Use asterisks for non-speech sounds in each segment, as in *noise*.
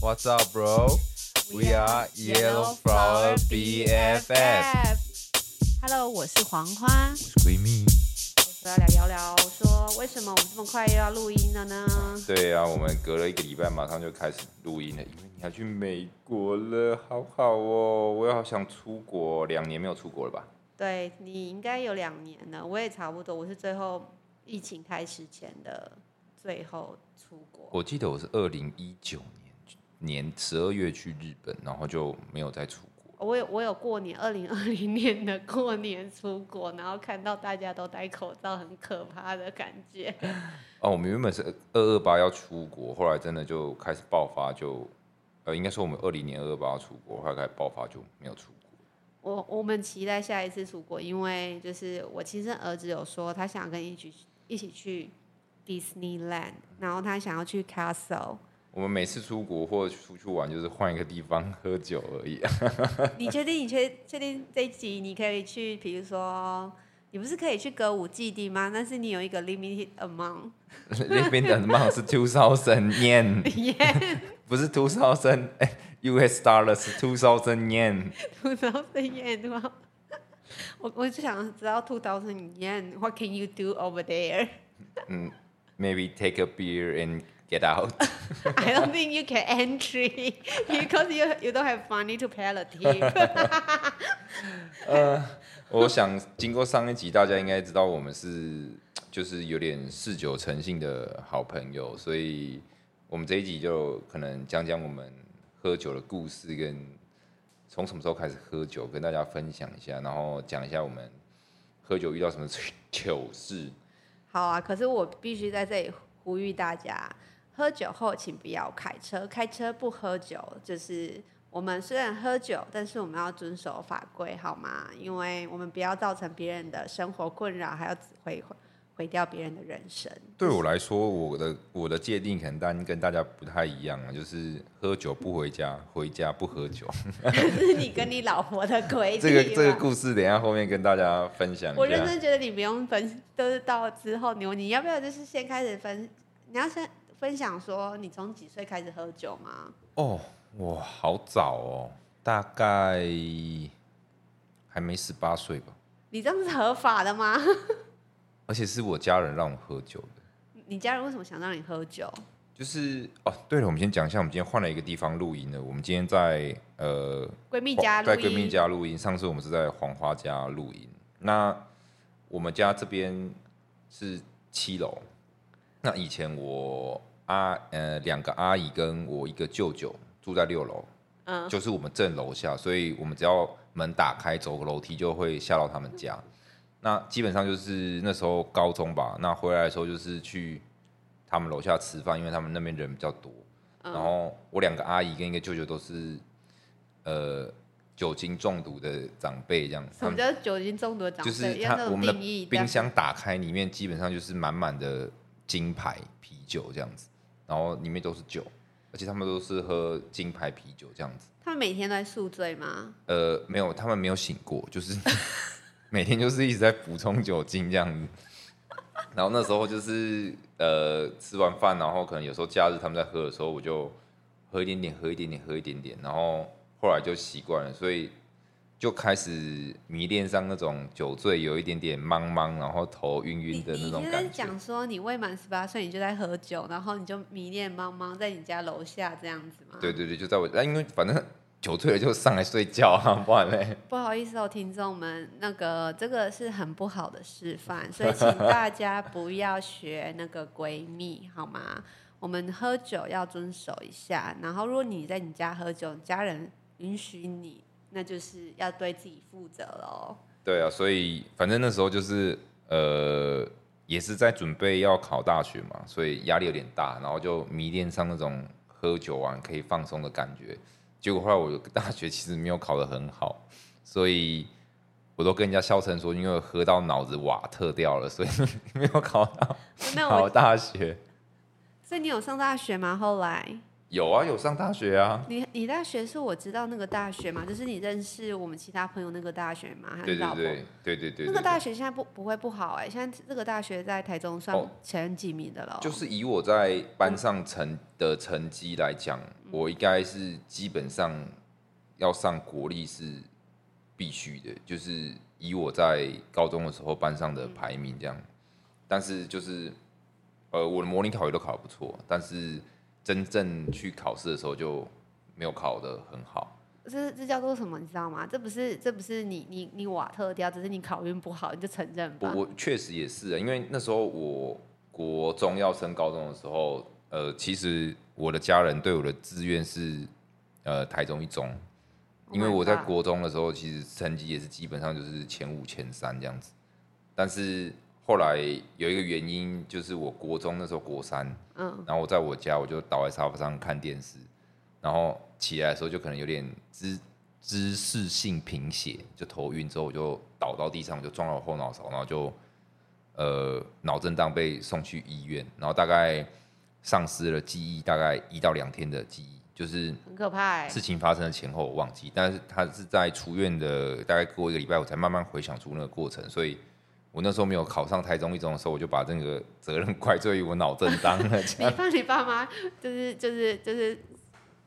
What's up, bro? We are Yellow Flower BFF. Hello，我是黄花，闺蜜。我们要来聊聊说为什么我们这么快又要录音了呢？对啊，我们隔了一个礼拜，马上就开始录音了，因为你要去美国了，好好哦，我也好想出国，两年没有出国了吧？对你应该有两年了，我也差不多，我是最后疫情开始前的最后出国。我记得我是二零一九年年十二月去日本，然后就没有再出国。我有我有过年，二零二零年的过年出国，然后看到大家都戴口罩，很可怕的感觉。哦，我们原本是二二八要出国，后来真的就开始爆发就，呃，应该说我们二零年二二八要出国，后来开始爆发就没有出国。我我们期待下一次出国，因为就是我亲生儿子有说他想跟一起一起去 Disneyland，然后他想要去 Castle。我们每次出国或出去玩，就是换一个地方喝酒而已。 *laughs* 你确定？你确确定这一集你可以去？比如说，你不是可以去歌舞基地吗？但是你有一个 limited amount， *laughs* 那边的 amount 是 two thousand yen，不是 two thousand US dollars，是 two thousand yen。吐槽是 yen *laughs* 吗？我我就想知道 two thousand yen，what can you do over there？ *laughs* Maybe take a beer and get out。 I don't think you can entry *laughs* because you you don't have money to pay the tip。我想经过上一集，大家应该知道我们是就是有点嗜酒成性的好朋友，所以我们这一集就可能讲讲我们喝酒的故事，跟从什么时候开始喝酒，跟大家分享一下，然后讲一下我们喝酒遇到什么 *laughs* 糗事。好啊，可是我必须在这里呼吁大家，喝酒后请不要开车，开车不喝酒。就是我们虽然喝酒，但是我们要遵守法规，好吗？因为我们不要造成别人的生活困扰，还要毁毁毁掉别人的人 *laughs* 生。 *laughs* 对我来说，我的我的界定可能单跟大家不太一样啊，就是喝酒不回家，回家不喝酒。是你跟你老婆的规这矩吧。个这个故事，等一下后面跟大家分享我一认下。真觉得你不用分，都是到之后你你要不要就是先开始分？你要先分享说你从几岁开始喝酒吗？哦，哇，好早哦，大概还没十八岁吧，你这样是合法的吗？而且是我家人让我喝酒的。你家人为什么想让你喝酒？就是哦，对了，我们先讲一下，我们今天换了一个地方录音了。我们今天在呃闺蜜家录在音，闺蜜家录音。上次我们是在黄花家录音，那我们家这边是七楼。那以前我阿呃两个阿姨跟我一个舅舅住在六楼，嗯，就是我们正楼下，所以我们只要门打开走个楼梯就会下到他们家。那基本上就是那时候高中吧，那回来的时候就是去他们楼下吃饭，因为他们那边人比较多。嗯然后我两个阿姨跟一个舅舅都是呃酒精中毒的长辈，这样他什么们叫酒精中毒的长辈？就是要那他我种们的定义这样冰箱打开里面基本上就是满满的金牌啤酒这样子，然后里面都是酒，而且他们都是喝金牌啤酒这样子。他们每天都在宿醉吗？呃，没有，他们没有醒过，就是 *laughs* 每天就是一直在补充酒精这样子。然后那时候就是呃，吃完饭，然后可能有时候假日他们在喝的时候，我就喝一点点，喝一点点，喝一点点，然后后来就习惯了，所以就开始迷恋上那种酒醉，有一点点茫茫，然后头晕你晕的那你种现在感觉。讲说你未满十八岁你就在喝酒，然后你就迷恋茫茫在你家楼下这样子吗？对，对对，就在我，啊那因为反正酒醉了就上来睡觉啊，不然嘞。不好意思哦，听众们，那个这个是很不好的示范，所以请大家不要学那个闺蜜好吗？我们喝酒要遵守一下，然后如果你在你家喝酒，家人允许你，那就是要对自己负责喽。对啊，所以反正那时候就是呃，也是在准备要考大学嘛，所以压力有点大，然后就迷恋上那种喝酒玩可以放松的感觉。结果后来我大学其实没有考得很好，所以我都跟人家笑称说，因为喝到脑子瓦特掉了，所以 *laughs* 没有考到那好我，大学。所以你有上大学吗？后来，有啊，有上大学啊。你你大学是我知道那个大学吗？就是你认识我们其他朋友那个大学吗？还是对你老对婆对对对对，那个对大学现在不不会不好哎、现在这个大学在台中算哦前几名的了、就是以我在班上成的成绩来讲，我应该是基本上要上国立是必须的，就是以我在高中的时候班上的排名这样。但是就是呃，我的模拟考也都考得不错，但是真正去考试的时候就没有考得很好。这这叫做什么？你知道吗？这不是这不是你你你瓦特掉，只是你考运不好，你就承认我吧。我确实也是，啊因为那时候我国中要升高中的时候，呃，其实我的家人对我的志愿是呃台中一中，因为 Oh my 我在 God 国中的时候，其实成绩也是基本上就是前五前三这样子，但是后来有一个原因，就是我国中那时候国三，嗯，然后我在我家我就倒在沙发上看电视，然后起来的时候就可能有点姿姿势性贫血，就头晕之后我就倒到地上，我就撞到我后脑勺，然后就呃脑震荡被送去医院，然后大概丧失了记忆，大概一到两天的记忆，就是很可怕哎、事情发生的前后我忘记，但是他是在出院的大概过一个礼拜，我才慢慢回想出那个过程，所以。我那时候没有考上台中一中的时候，我就把这个责任怪罪于我脑震荡了。这 *laughs* 你样怕你爸妈就是就是就是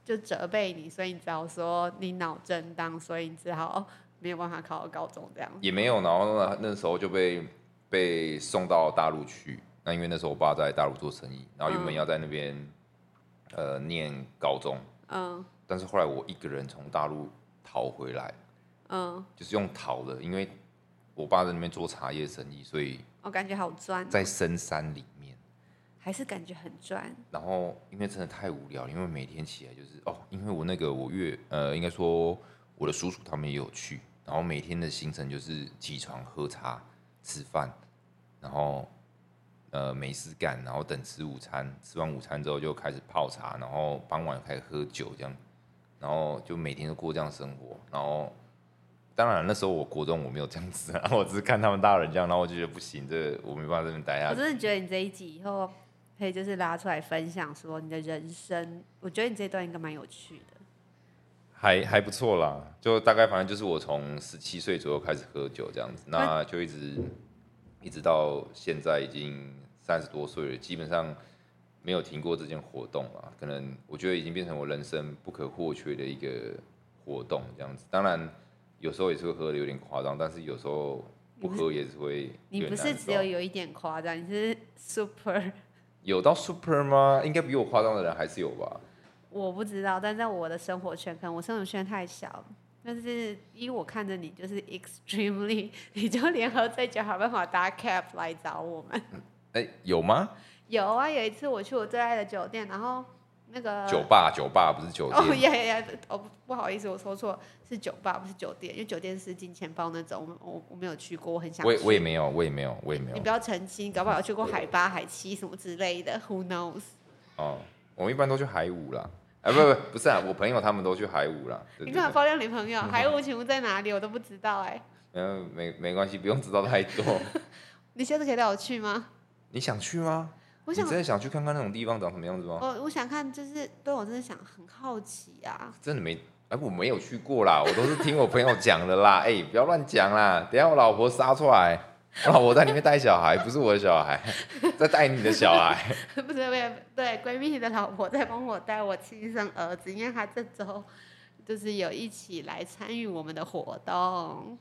就责备你，所以你只好说你脑震荡，所以你只好、哦、没有办法考到高中这样。 *laughs* 也没有，然后呢，那时候就被被送到大陆去。那因为那时候我爸在大陆做生意，然后原本嗯要在那边、呃念高中，嗯但是后来我一个人从大陆逃回来，嗯，就是用逃的，因为我爸在那边做茶叶生意，所以我感觉好赚哦，在深山里面。还是感觉很赚。然后因为真的太无聊了，因为每天起来就是哦，因为我那个我岳呃，应该说我的叔叔他们也有去，然后每天的行程就是起床喝茶、吃饭，然后呃没事干，然后等吃午餐，吃完午餐之后就开始泡茶，然后傍晚开始喝酒这样，然后就每天都过这样的生活，然后。当然，那时候我国中我没有这样子啊，我 *laughs* 只是看他们大人这样，然后我就觉得不行，这个我没办法在这边待下我去。真的觉得你这一集以后可以就是拉出来分享，说你的人生。我觉得你这一段应该蛮有趣的。还还不错啦，就大概反正就是我从十七岁左右开始喝酒这样子，那就一直一直到现在已经三十多岁了，基本上没有停过这件活动啦。可能我觉得已经变成我人生不可或缺的一个活动这样子。当然有时候也是会喝的有点夸张，但是有时候不喝也是会你有点不是难只有受有一点夸张，你是 *laughs* super，有到 super 吗？应该比我夸张的人还是有吧。我不知道，但在我的生活圈，可能我生活圈太小了。但是依我看着你，就是 extremely，你 *laughs* 就联合再想好办法搭 cab 来找我们。哎、有吗？有啊，有一次我去我最爱的酒店，然后那个酒吧酒吧不是酒呃哦店，呀呀呀！哦，不不好意思，我说错，是酒吧，不是酒店，因为酒店是金钱豹那种，我我我没有去过，我很想我也去我也没有，我也没有，我也没有你。不要澄清，搞不好有去过海八、海七什么之类的，Who knows？哦，我们一般都去海舞啦。啊，不不不是啊，我朋友他们都去海舞啦。对你对干嘛对，爆料你 *laughs* 朋友？海五请问在哪里？我都不知道哎、嗯，没没关系，不用知道太 *laughs* 多。你下次可以带我去吗？你想去吗？我想哦你，真的想去看看那种地方长什么样子吗？我我想看，就是对我真的想很好奇啊。 *laughs* 真的没，哎、我没有去过啦，我都是听我朋友讲的啦。哎、 *laughs* 不要乱讲啦，等一下我老婆杀出来，我老婆在里面带小孩，不是我的小 *laughs* 孩，在带你的小孩。不是，对对，闺蜜的老婆在帮我带我亲生儿子，因为他这周就是有一起来参与我们的活动。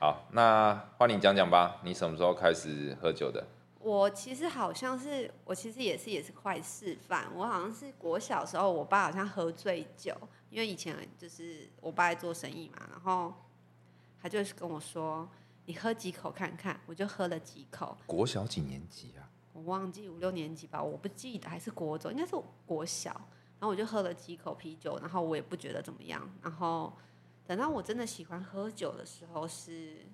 好，那换你讲讲吧，你什么时候开始喝酒的？我其实好像是，我其实也是也是快示范。我好像是国小时候，我爸好像喝醉酒，因为以前就是我爸在做生意嘛，然后他就是跟我说：“你喝几口看看。”我就喝了几口，国小几年级啊？我忘记五六年级吧，我不记得还是国中，应该是国小。然后我就喝了几口啤酒，然后我也不觉得怎么样。然后等到我真的喜欢喝酒的时候是，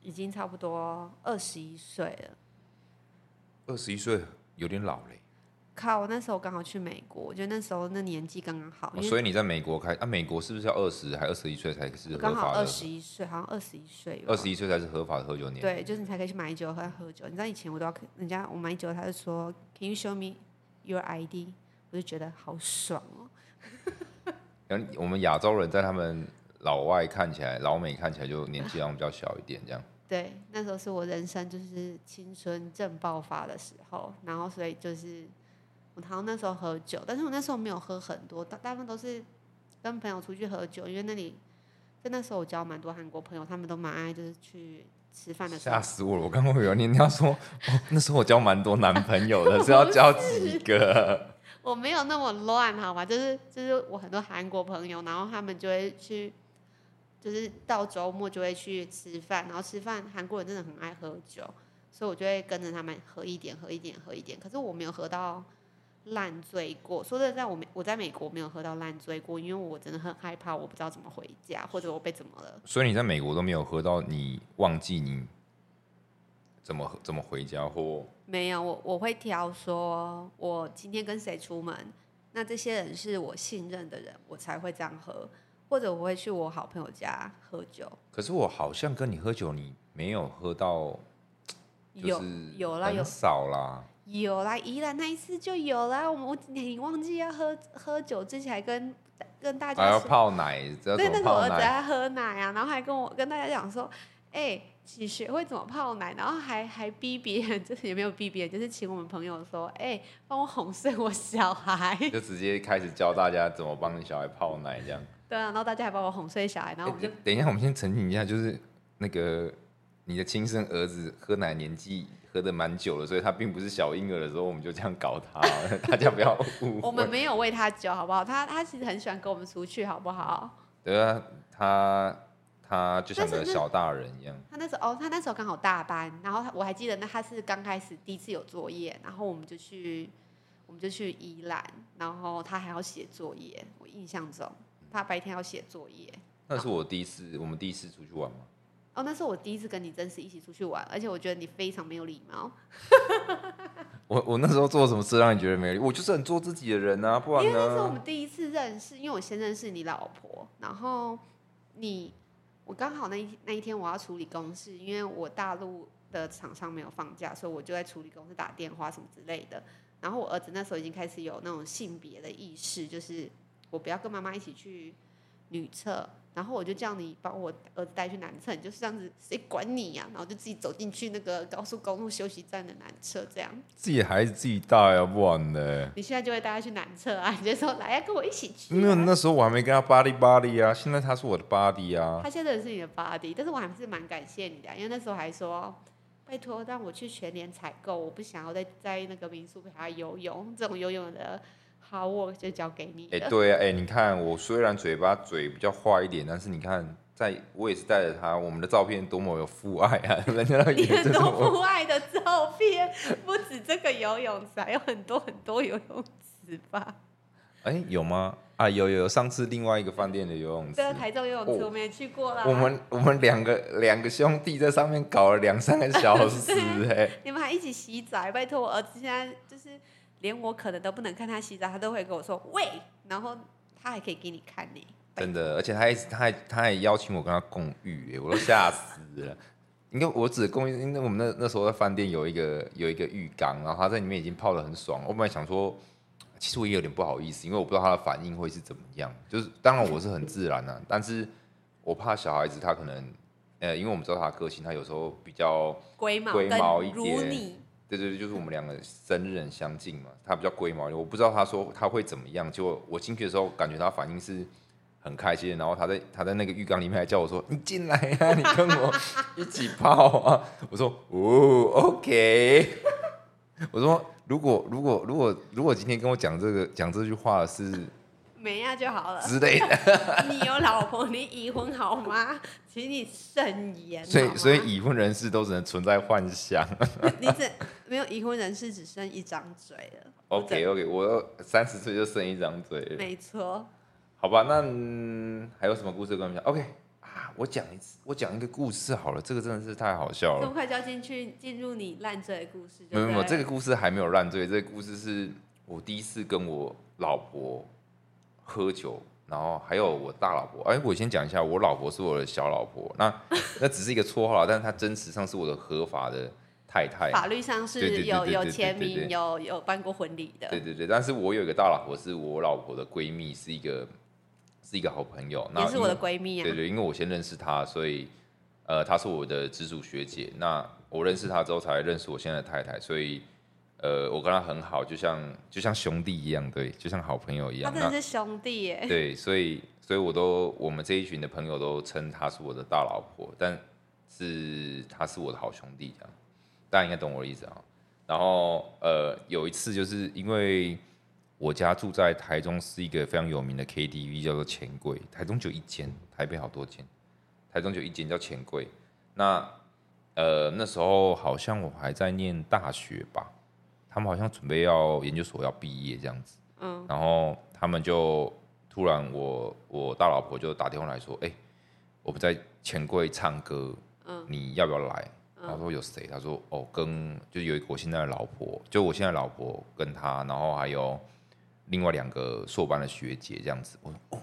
已经差不多二十一岁了。二十一岁，有点老嘞。靠，我那时候刚好去美国，我觉得那时候那年纪刚刚好，哦因所为以你在美国开啊？美国是不是要二十还二十一岁才是合刚好法的？二十一岁，好像二十一岁吧，二十一岁才是合法的喝酒年龄。对，就是你才可以去买酒和喝酒。你知道以前我都要人家我买酒，他就说 Can you show me your ID？我就觉得好爽哦。然后我们亚洲人在他们老外看起来、老美看起来就年纪好像比较小一点，这样。对，那时候是我人生就是青春正爆发的时候，然后所以就是我好像那时候喝酒，但是我那时候没有喝很多，大大部分都是跟朋友出去喝酒，因为那里在那时候我交蛮多韩国朋友，他们都蛮爱就是去吃饭的时候吓死我了！我刚刚以为你要说，哦，那时候我交蛮多男朋友 *laughs* 的，是要交几个？ *laughs* 我没有那么乱，好吧？就是就是我很多韩国朋友，然后他们就会去，就是到周末就会去吃饭，然后吃饭韩国人真的很爱喝酒，所以我就会跟着他们喝一点，喝一点，喝一点。可是我没有喝到烂醉过。说真的，在我美我在美国没有喝到烂醉过，因为我真的很害怕，我不知道怎么回家，或者我被怎么了。所以你在美国都没有喝到，你忘记你怎么怎么回家或没有，我我会挑说，我今天跟谁出门，那这些人是我信任的人，我才会这样喝，或者我会去我好朋友家喝酒。可是我好像跟你喝酒，你没有喝到，就有是有啦很有少啦。有啦，宜兰那一次就有啦。我们我你忘记要喝喝酒之前还跟跟大还家要说，泡奶，知道对，怎那么泡个我儿子奶？在喝奶啊，然后还跟我跟大家讲说，哎、你学会怎么泡奶，然后还还逼别人， *laughs* 就是也没有逼别人，就是请我们朋友说，哎、帮我哄睡我小孩。就直接开始教大家怎么帮小孩泡奶这样。对啊，然后大家还帮我哄睡小孩，然后我们就欸等一下，我们先澄清一下，就是那个你的亲生儿子喝奶年纪喝的蛮久了，所以他并不是小婴儿的时候我们就这样搞他， *laughs* 大家不要误我们会。没有喂他酒，好不好？他他其实很喜欢跟我们出去，好不好？对啊，他他就像但个是那小大人一样。他那时候哦，他那时候刚好大班，然后他我还记得那他是刚开始第一次有作业，然后我们就去我们就去宜兰，然后他还要写作业，我印象中他白天要写作业。那是我第一次，我们第一次出去玩嘛。哦，那是我第一次跟你真实一起出去玩，而且我觉得你非常没有礼貌，我我那时候做什么事让你觉得没有？我就是很做自己的人啊，不然因为那是我呢？们第一次认识，因为我先认识你老婆，然后你我刚好那一那一天我要处理公事，因为我大陆的厂商没有放假，所以我就在处理公事打电话什么之类的。然后我儿子那时候已经开始有那种性别的意识，就是我不要跟妈妈一起去女厕，然后我就叫你帮我儿子带去男厕，你就是这样子，谁管你呀、然后就自己走进去那个高速公路休息站的男厕这样。自己孩子自己带啊，不然呢？你现在就会带他去男厕啊，你就说来呀、跟我一起去、啊。没有，那时候我还没跟他 body body 啊，现在他是我的 body 啊。他现在是你的 body，但是我还是蛮感谢你的，啊因为那时候还说，拜托让我去全联采购，我不想要再在那个民宿陪他游泳，这种游泳的好我就交给你哎、了。对啊，哎、你看我虽然嘴巴嘴比较坏一点，但是你看，在我也是带着他，我们的照片多么有父爱啊！人家都 *laughs* 你以为很这是多我，户外的照片，不止这个游泳池，还有很多很多游泳池吧？哎、有吗？啊，有有，有上次另外一个饭店的游泳池对，啊，台中游泳池哦我们也去过啦。我们我们两个两个兄弟在上面搞了两三个小时、哎，你们还一起洗澡，拜托我儿子现在就是连我可能都不能看他洗澡，他都会跟我说喂，然后他还可以给你看呢、真的，而且他一直他还他还邀请我跟他共浴、哎，我都吓死了。应该我只共浴，因为我们那那时候在饭店有一个有一个浴缸，然后他在里面已经泡的很爽。我本来想说，其实我也有点不好意思，因为我不知道他的反应会是怎么样。就是当然我是很自然的、但是我怕小孩子他可能，呃，因为我们知道他的个性，他有时候比较，龟毛龟跟毛一如点你，对对对，就是我们两个生人相近嘛，他比较龟毛一点，我不知道他说他会怎么样。结果我进去的时候，感觉他反应是。很开心，然后他在他在那个浴缸里面还叫我说：“你进来啊，你跟我一起泡啊。”我说：“哦，OK。”我说：“如果如果如果如果今天跟我讲这个讲这句话的是没呀就好了。之类的，你有老婆，你已婚好吗？请你慎 *laughs* 言。所呃好啊以吗所以已婚人士都只能存在幻想。你只没有已婚人士只剩一张嘴了。 OK OK，我三十岁就剩一张嘴了，没错，好吧？那、嗯还有什么故事跟我们讲？OK 啊，我讲一次，我讲一个故事好了，这个真的是太好笑这了么。快就要进去进入你烂醉的故事没就对啊有了，没有，这个故事还没有烂醉。这个故事是我第一次跟我老婆喝酒，然后还有我大老婆。哎，我先讲一下，我老婆是我的小老婆，那 *laughs* 那只是一个绰号啦，但是她真实上是我的合法的太太。法律上对对是对有对有对对签对对名，有有办过婚礼的对，对对，但是我有一个大老婆是我老婆的闺蜜，是一个是一个好朋友，那也是因我为的闺蜜啊对。对，因为我先认识她，所以呃，她是我的直属学姐。那我认识她之后才认识我现在的太太，所以呃，我跟他很好，就像就像兄弟一样，对，就像好朋友一他样。哦真那的是兄弟耶，对，所以所以我都我们这一群的朋友都称她是我的大老婆，但是她是我的好兄弟这样，大家应该懂我的意思啊。然后呃，有一次就是因为我家住在台中，是一个非常有名的 KTV，叫做钱柜，台中就一间，台北好多间，台中就一间叫钱柜。那呃那时候好像我还在念大学吧，他们好像准备要研究所要毕业这样子。嗯，然后他们就突然我我大老婆就打电话来说，哎、我们在钱柜唱歌，嗯你要不要来？然后说有谁？他说哦，跟就是有一个我现在的老婆，就我现在的老婆跟她，然后还有另外两个硕班的学姐这样子。我说哦，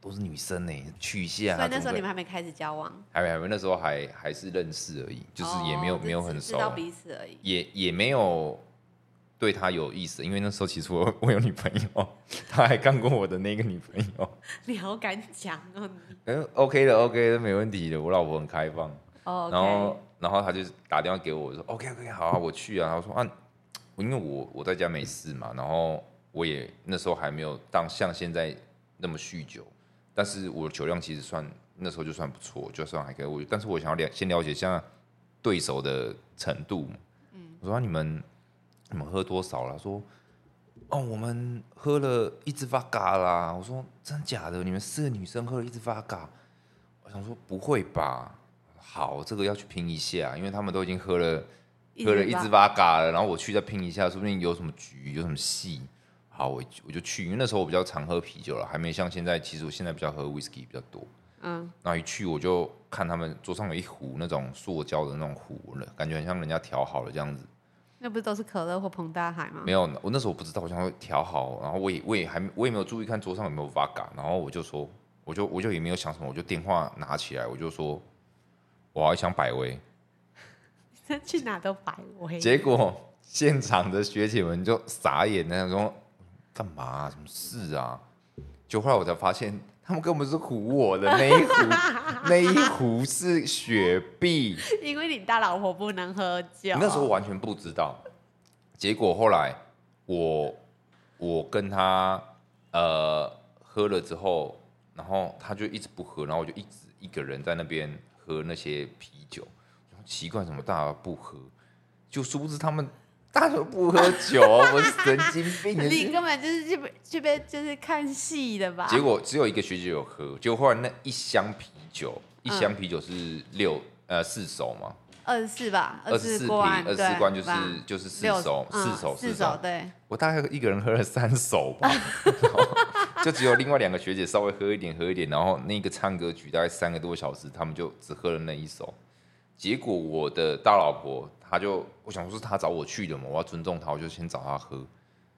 都是女生呢，去一下啊。所以那怎时候么你会们还没开始交往，还没还没那时候还还是认识而已，就是也没有、哦没有只很知熟道啊，彼此而已。 *laughs* 也也没有对他有意思，因为那时候其实我 *laughs* 我有女朋友，他还干过我的那个女朋友。你好敢讲哦，你嗯，OK 的，OK 的，没问题的。我老婆很开放，哦然后然后他就打电话给我，我说 OK OK，好啊，我去啊。然后说啊，因为我我在家没事嘛，然后我也那时候还没有当像现在那么酗酒，但是我酒量其实算那时候就算不错，就算还可以。我但是我想要了先了解一下对手的程度嘛。我说、啊你们你们喝多少了？他说哦，我们喝了一支 v o 啦。我说真假的？你们四个女生喝了一支 v o 我想说不会吧？好，这个要去拼一下，因为他们都已经喝了喝了一支 v 吧， o 了，然后我去再拼一下，说不定有什么局，有什么戏。好，我我就去，因为那时候我比较常喝啤酒了，还没像现在，其实我现在比较喝 whisky 比较多。嗯，那一去我就看他们桌上有一壶那种塑胶的那种壶了，感觉很像人家调好了这样子。那不是都是可乐或彭大海吗没？有，我那时候我不知道，我想说调好，然后我也我也还没我也没有注意看桌上有没有 Vaga，然后我就说，我就我就也没有想什么，我就电话拿起来，我就说我要一箱百威， *laughs* 去哪都摆位，结果现场的学姐们就傻眼，那样说干嘛啊、什么事啊？就后来我才发现，他们根本是唬我的，那一壶那一壶是雪碧。 *laughs* 因为你大老婆不能喝酒。那时 *laughs* 候完全不知道。结果后来我我跟他呃喝了之后，然后他就一直不喝，然后我就一直一个人在那边喝那些啤酒，然后奇怪怎么大家不喝，就殊不知他们大家都不喝酒，我是神经病。你你是根本就是去被去被就是看戏的吧？结果只有一个学姐有喝，结果后来那一箱啤酒，一嗯箱啤酒是六、呃四手嘛，二十四吧，二十十四四瓶，罐，二十四对罐就是吧就是四六手，四嗯手四手手，，对，我大概一个人喝了三首吧， *laughs* 然后就只有另外两个学姐稍微喝一点喝一点，然后那个唱歌局大概三个多小时，他们就只喝了那一首。结果我的大老婆，她就我想说是她找我去的嘛，我要尊重她，我就先找她喝。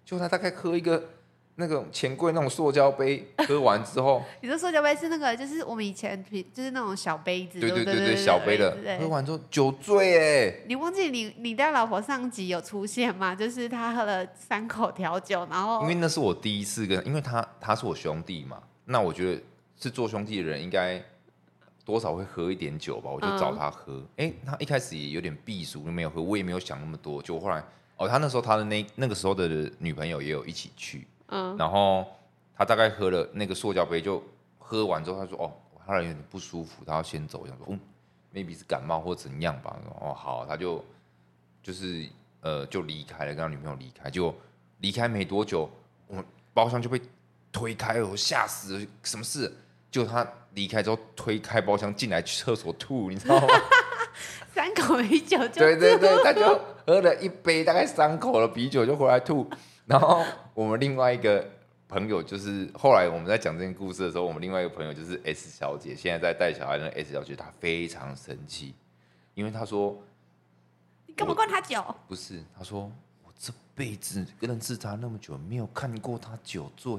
就她大概喝一个那个钱柜那种塑胶杯，喝完之后，你说塑胶杯是那个，就是我们以前瓶，就是那种小杯子，对对对不对对对，小杯的，喝。完之后酒醉哎、你忘记你你带老婆上集有出现吗？就是她喝了三口调酒，然后因为那是我第一次跟，因为他他是我兄弟嘛，那我觉得是做兄弟的人应该多少会喝一点酒吧，我就找他喝。哎、他一开始也有点避暑，没有喝，我也没有想那么多。就后来哦，他那时候他的那那个时候的女朋友也有一起去，嗯，然后他大概喝了那个塑胶杯，就喝完之后他说哦，他人有点不舒服，他要先走，我想说嗯，maybe 是感冒或怎样吧。然后哦好，他就就是呃就离开了，跟他女朋友离开，结果离开没多久，我们包厢就被推开了，我吓死了，什么事？就他离开之后推开包厢进来去厕所吐，你知道吗？三口啤酒就对对对，他就喝了一杯大概三口的啤酒就回来吐。然后我们另外一个朋友，就是后来我们在讲这件故事的时候，我们另外一个朋友就是 S 小姐，现在在带小孩的那个 S 小姐，她非常生气，因为她说你干嘛灌她酒？不是，她说我这辈子认识她那么久，没有看过她酒醉，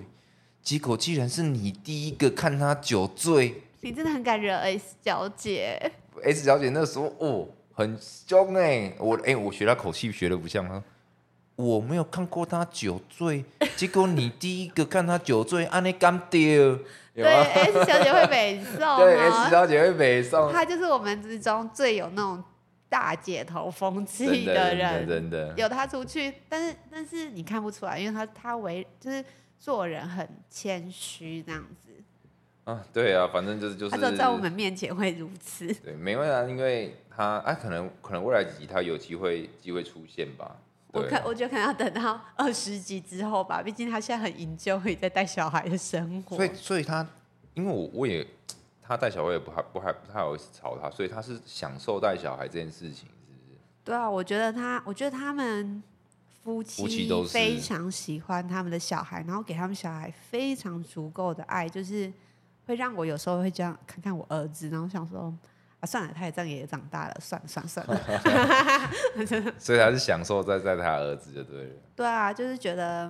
结果竟然是你第一个看她酒醉。你真的很敢惹 S 小姐， S 小姐那时候哦很凶哎、我哎、我学她口气学的不像她说，我没有看过她酒醉，结果你第一个看她酒醉，安尼干掉，有对吗？ S *laughs* 小姐会美送对，S 哦，小姐会北送，她就是我们之中最有那种大姐头风气真的的真的人，真的，有他出去，但是但是你看不出来，因为他他为就是做人很谦虚这样子，啊，对啊，反正就是就是他就在我们面前会如此。对，没问题、啊，因为他啊，可能可能未来几集他有机会机会出现吧。我对啊看，我觉得可能要等到二十集之后吧，毕竟他现在很营救你在带小孩的生活所以，所以他，因为我我也他带小孩也不还不还不太好意思吵他，所以他是享受带小孩这件事情，是不是？对啊，我觉得他，我觉得他们夫妻夫妻都是非常喜欢他们的小孩，然后给他们小孩非常足够的爱，就是会让我有时候会这样看看我儿子，然后想说啊，算了，他也这样也长大了，算了算了算 *laughs* 了。所以他是享受在在他儿子就对了。对啊，就是觉得，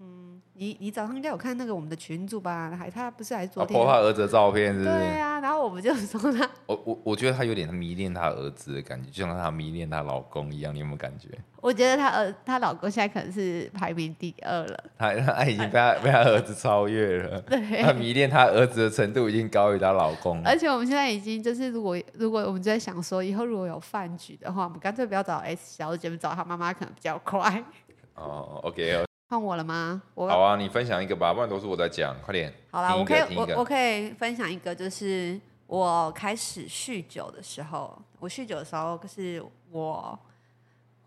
嗯，你你早上应该有看那个我们的群主吧？还他不是还昨他天、 po 啊他儿子的照片，是不是？对啊，然后我们就说他，我我我觉得他有点迷恋他儿子的感觉，就像他迷恋他老公一样，你有没有感觉？我觉得他儿她老公现在可能是排名第二了，他他已经被哎他被他儿子超越了，对。他迷恋他儿子的程度已经高于他老公。而且我们现在已经就是，如果如果我们就在想说，以后如果有饭局的话，我们干脆不要找 S 小姐，我们找她妈妈可能比较快。哦，OK，哦换我了吗？我好啊，你分享一个吧，不然都是我在讲，快点。好啦，听我一个可以听一我个我可以分享一个，就是我开始酗酒的时候，我酗酒的时候是我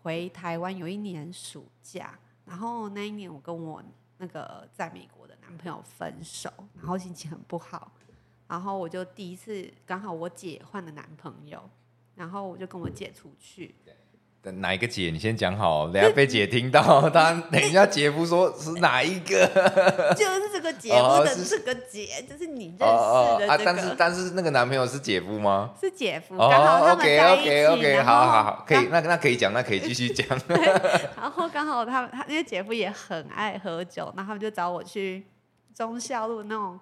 回台湾有一年暑假，然后那一年我跟我那个在美国的男朋友分手，然后心情很不好，然后我就第一次刚好我姐换了男朋友，然后我就跟我姐出去，等哪一个姐？你先讲好，哦等一下被姐听 *laughs* 到，她等一下姐夫说是哪一个？就是这个节目哦的是这个姐，就是你认识哦的这个。啊！但是但是那个男朋友是姐夫吗？是姐夫，嗯刚好哦他们，OK 在一起 OK OK，然后好好好，可刚以，那那可以讲，那可以继续讲。然后刚好他们他因为姐夫也很爱喝酒，然后他们就找我去忠孝路那种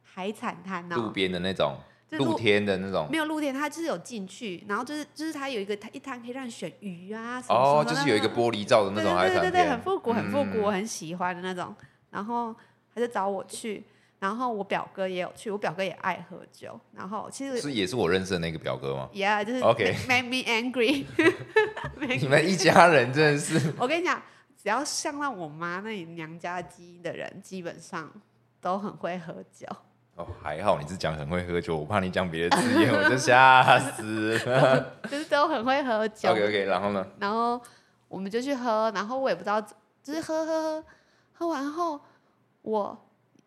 海产摊路哦，边的那 *laughs* 种，就是露天的那种，没有露天，他就是有进去，然后就是就是他有一个他一摊可以让你选鱼啊什么哦，什么就的是有一个玻璃罩的那种海对对产对对对，店很，复古很复古，嗯我很喜欢的那种。然后他就找我去，然后我表哥也有去，我表哥也爱喝酒，然后其实嗯是也是我认识的那个表 *laughs* 哥吗？ yeah 就是 OK make, make *laughs* me angry，Make 你们一家人真的是我跟你讲，只要像到我妈那里娘家基因的人，基本上都很会喝酒，哦，还好你是讲很会喝酒，我怕你讲别的字眼，我就吓 *laughs* 死了。就是都很会喝酒。 OK OK，然后呢？然后我们就去喝，然后我也不知道，就是喝喝喝，喝完后我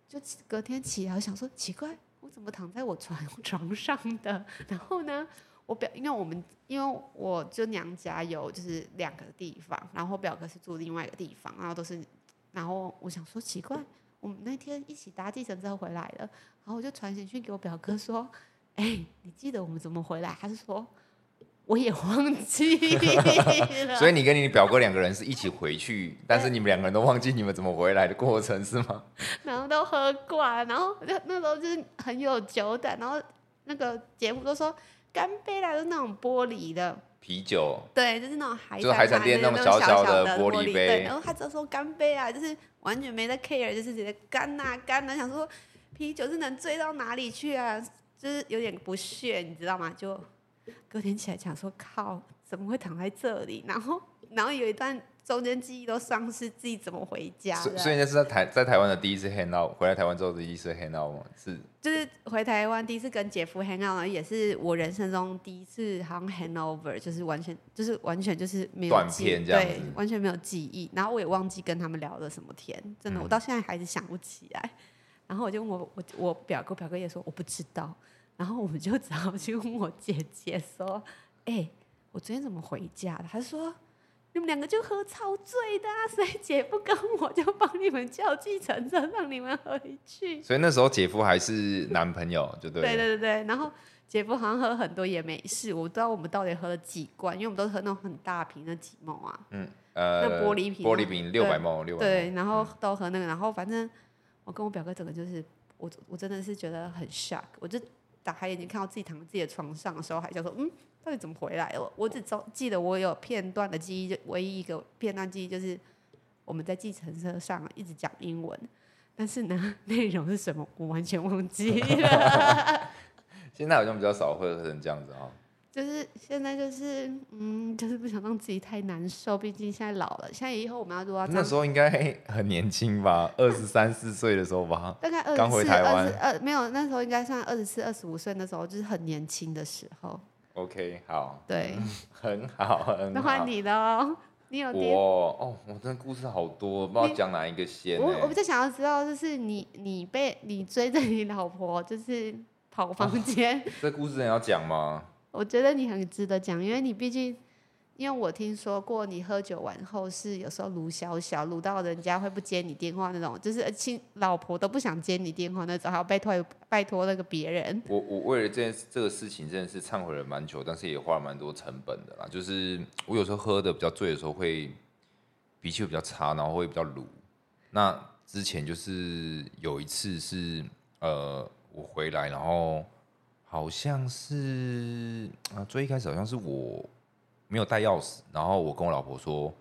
就起隔天起来，我想说奇怪，我怎么躺在我床床上的？然后呢，我表因为我们因为我就娘家有就是两个地方，然后我表哥是住另外一个地方，然后都是，然后我想说奇怪，我们那天一起搭计程车回来的，然后我就传简讯给我表哥说，哎、你记得我们怎么回来？他是说。我也忘记了，所以你跟你表哥两个人是一起回去，但是你们两个人都忘记你们怎么回来的过程是 *laughs* 啊吗？然后都喝挂，然后那那时候就是很有酒胆，然后那个节目都说干杯啦，就是那种玻璃的，啤酒对，就是那种海就是海产产店那那种种小小小的的玻璃璃杯对，然后他就说干杯啊，就是完全没在 care，就是直接干呐、干呐、想说啤酒是能醉到哪里去啊，就是有点不屑，你知道吗？就隔天起来想说靠，怎么会躺在这里？然后然后有一段中间记忆都丧失自己怎么回家所的，所以那是在台在台湾的第一次 hang out，回来台湾之后的第一次 hang out 吗？是就是回台湾第一次跟姐夫 hang out，也是我人生中第一次好像 hangover，就是完全就是完全就是没有断记片这样对子，完全没有记忆。然后我也忘记跟他们聊了什么天，真嗯的，我到现在还是想不起来。然后我就问我我我表哥，表哥也说我不知道。然后我们就只好去问我姐姐说：“哎、我昨天怎么回家的？”她说：“你们两个就喝超醉的、啊，所以姐夫跟我就帮你们叫计程车，让你们回去。”所以那时候姐夫还是男朋友， *laughs* 就对了。对对对对，然后姐夫好像喝很多也没事，我不知道我们到底喝了几罐，因为我们都是喝那种很大瓶的几梦啊，嗯，呃，那玻璃瓶啊玻璃瓶对六百毛，六百。对，然后都喝那个，然后反正我跟我表哥整个就是，我我真的是觉得很 shock，我就打开眼睛看到自己躺在自己的床上的时候，还想说，嗯，到底怎么回来了？我只记记得我有片段的记忆，就唯一一个片段记忆就是我们在计程车上一直讲英文。但是呢， *laughs* 内容是什么，我完全忘记了。现在好像比较少会喝成这样子哦。就是现在就是嗯，就是不想让自己太难受，毕竟现在老了，现在以后我们要如果要那时当候应该很年轻吧，二十三四岁的时候吧。大概二刚十回四、台二湾十二没有，那时候应该算二十四、二十五岁，那时候就是很年轻的时候。 OK，好， *laughs* 对，很好，嗯很那好换。你喽，你有我跌？哦，我真的故事好多，不知道你讲哪一个先、哦我我欸。比较想要知道，就是你你被你追着你老婆，就是跑 *laughs* 房间，这故事你要讲吗？我觉得你很值得讲，因为你毕竟，因为我听说过你喝酒完后是有时候卢小小卢到人家会不接你电话那种，就是呃亲老婆都不想接你电话那种，还要拜托拜托那个别人。我我为了这件事这个事情真的是忏悔了蛮久，但是也花了蛮多成本的啦。就是我有时候喝的比较醉的时候，会脾气会比较差，然后会比较鲁。那之前就是有一次是呃，我回来，然后好像是啊，最一开始好像是我没有带钥匙，然后我跟我老婆说，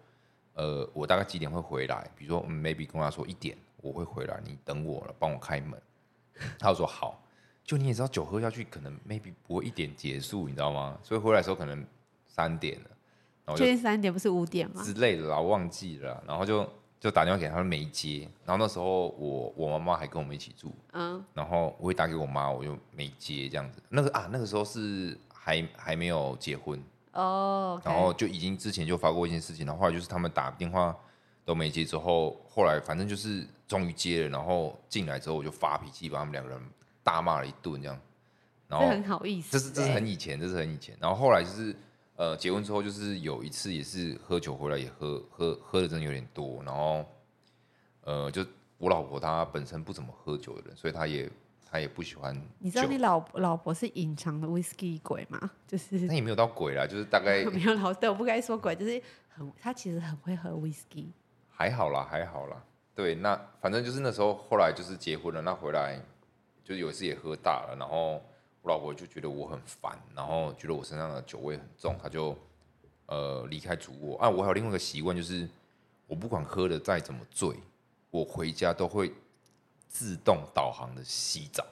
呃，我大概几点会回来？比如说、嗯、maybe 跟她说一点我会回来，你等我了，帮我开门。她就说好。就你也知道，酒喝下去可能 maybe 不会一点结束，你知道吗？所以回来的时候可能三点了，然后就确定三点不是五点吗？之类的啦，忘记了啦然后就就打电话给他，没接。然后那时候我我妈妈还跟我们一起住，嗯，然后我也打给我妈，我就没接这样子。那个啊，那个时候是还还没有结婚，哦、然后就已经之前就发过一件事情，然后后来就是他们打电话都没接，之后后来反正就是终于接了，然后进来之后我就发脾气，把他们两个人大骂了一顿这样。然这后很好意思、欸，这是这是很以前，这是很以前。然后后来就是呃，结婚之后就是有一次也是喝酒回来也喝喝喝的真的有点多，然后呃，就我老婆她本身不怎么喝酒的人，所以她也她也不喜欢你知酒道，你老老婆是隐藏的 whisky 鬼吗？就是 *laughs* 那也没有到鬼啦，就是大概没有老对，我不该说鬼，就是很她其实很会喝 whisky。还好啦，还好啦。对，那反正就是那时候后来就是结婚了，那回来就是有一次也喝大了，然后我老婆就觉得我很烦，然后觉得我身上的酒味很重，她就呃离开主卧。啊，我还有另外一个习惯就是，我不管喝的再怎么醉，我回家都会自动导航的洗澡。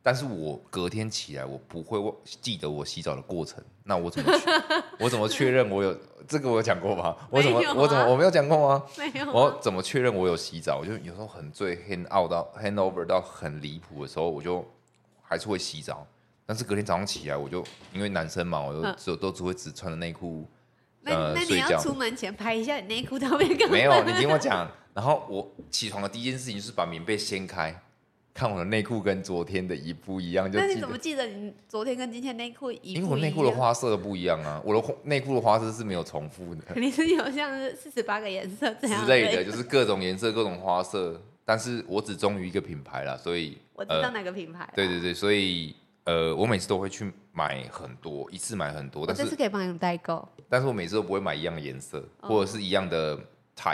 但是我隔天起来，我不会忘记得我洗澡的过程。那我怎么确 *laughs* 我怎么确认我有这个我有讲过吗？我怎么、没有啊我怎么我没有讲过吗？没有我要怎么确认我有洗澡？我就有时候很醉，hand out 到 hand over 到很离谱的时候，我就还是会洗澡。但是隔天早上起来，我就因为男生嘛，我就嗯只有都只会只穿着内裤，那你、呃那你睡要觉出门前拍一下你内裤到没干嘛？没有，你听我讲。然后我起床的第一件事情就是把棉被掀开，看我的内裤跟昨天的一不一样，就那记得你怎么。记得你昨天跟今天内裤一因为不我一内裤的 *laughs* 样，花色不一样啊，我的花内裤的花色是没有重复 *laughs* 的。肯定是有像是四十八个颜色这样之类的， *laughs* 对就是各种颜色、各种花色。但是我只忠于一个品牌啦，所以我知道呃，哪个品牌、了。对对对，所以呃，我每次都会去买很多，一次买很多，我哦但这是次可以帮你们代购。但是我每次都不会买一样的颜色，或者是一样的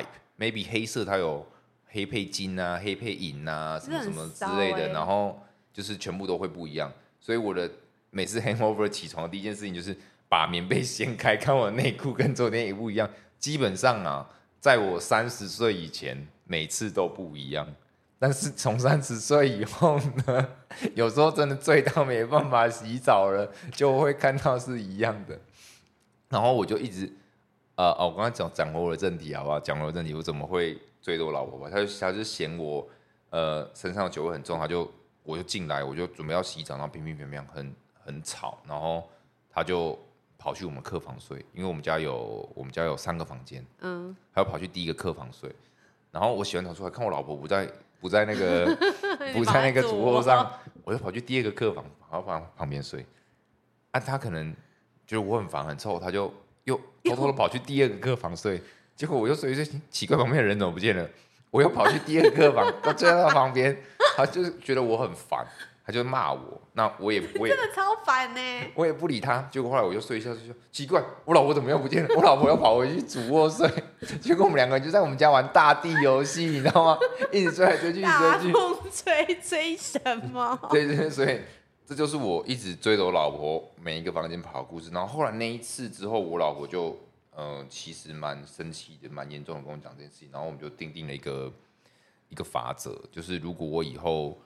type，maybe 黑色它有黑配金啊、黑配银啊什么什么之类这很骚的，欸然后就是全部都会不一样，所以我的每次 *laughs* hangover 起床的第一件事情就是把棉被掀开，看我的内裤跟昨天一不一样。基本上啊，在我三十岁以前，每次都不一样。但是从 *laughs* 三十岁以后呢，有时候真的醉到没办法洗澡了，就会看到是一样的。然后我就一直，呃，哦，我刚刚讲讲回我的正题好不好？讲回我的正题，我怎么会追着我老婆吧？她就她就嫌我，呃，身上的酒味很重，她就我就进来，我就准备要洗澡，然后乒乒乓乓很很吵，然后她就跑去我们客房睡，因为我们家有我们家有三个房间， *laughs* 嗯，她要跑去第一个客房睡，然后我洗完澡出来，看我老婆不在不在那个不在那个主卧上，我就跑去第二个客房，跑到旁旁边睡。啊，他可能觉得我很烦很臭，他就又偷偷的跑去第二个客房睡。结果我又睡一睡，奇怪，旁边的人怎么不见了？我又跑去第二个客房，他睡在他旁边，他就是觉得我很烦，他就骂我。那我也我也 *laughs* 真的超烦呢、我也不理他，结果后来我就睡一下，就说奇怪，我老婆怎么又不见了？我老婆又跑回去主卧睡， *laughs* 结果我们两个人就在我们家玩大地游戏，你知道吗？一直追来追 *laughs* 去，一直追大来追去，风吹 *laughs* 吹什么？ *laughs* 对对，对所以这就是我一直追着我老婆每一个房间跑的故事。然后后来那一次之后，我老婆就呃，其实蛮生气的，蛮严重的跟我讲这件事情。然后我们就定定了一个一个法则，就是如果我以后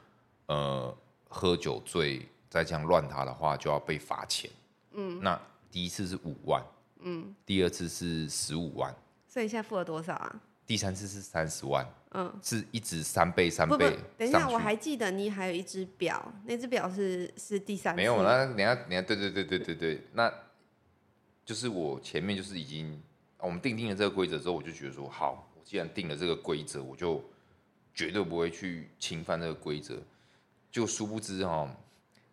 呃喝酒醉再这样乱他的话，就要被罚钱。嗯，那第一次是五万，嗯，第二次是十五万，所以你现在付了多少啊？第三次是三十万，嗯，是一直三倍三不不倍上去。，等一下，我还记得你还有一只表，那只表是是第三次没有，那等一下等一下，对对对对对对，那就是我前面就是已经我们定定了这个规则之后，我就觉得说，好，我既然定了这个规则，我就绝对不会去侵犯这个规则。就殊不知哦，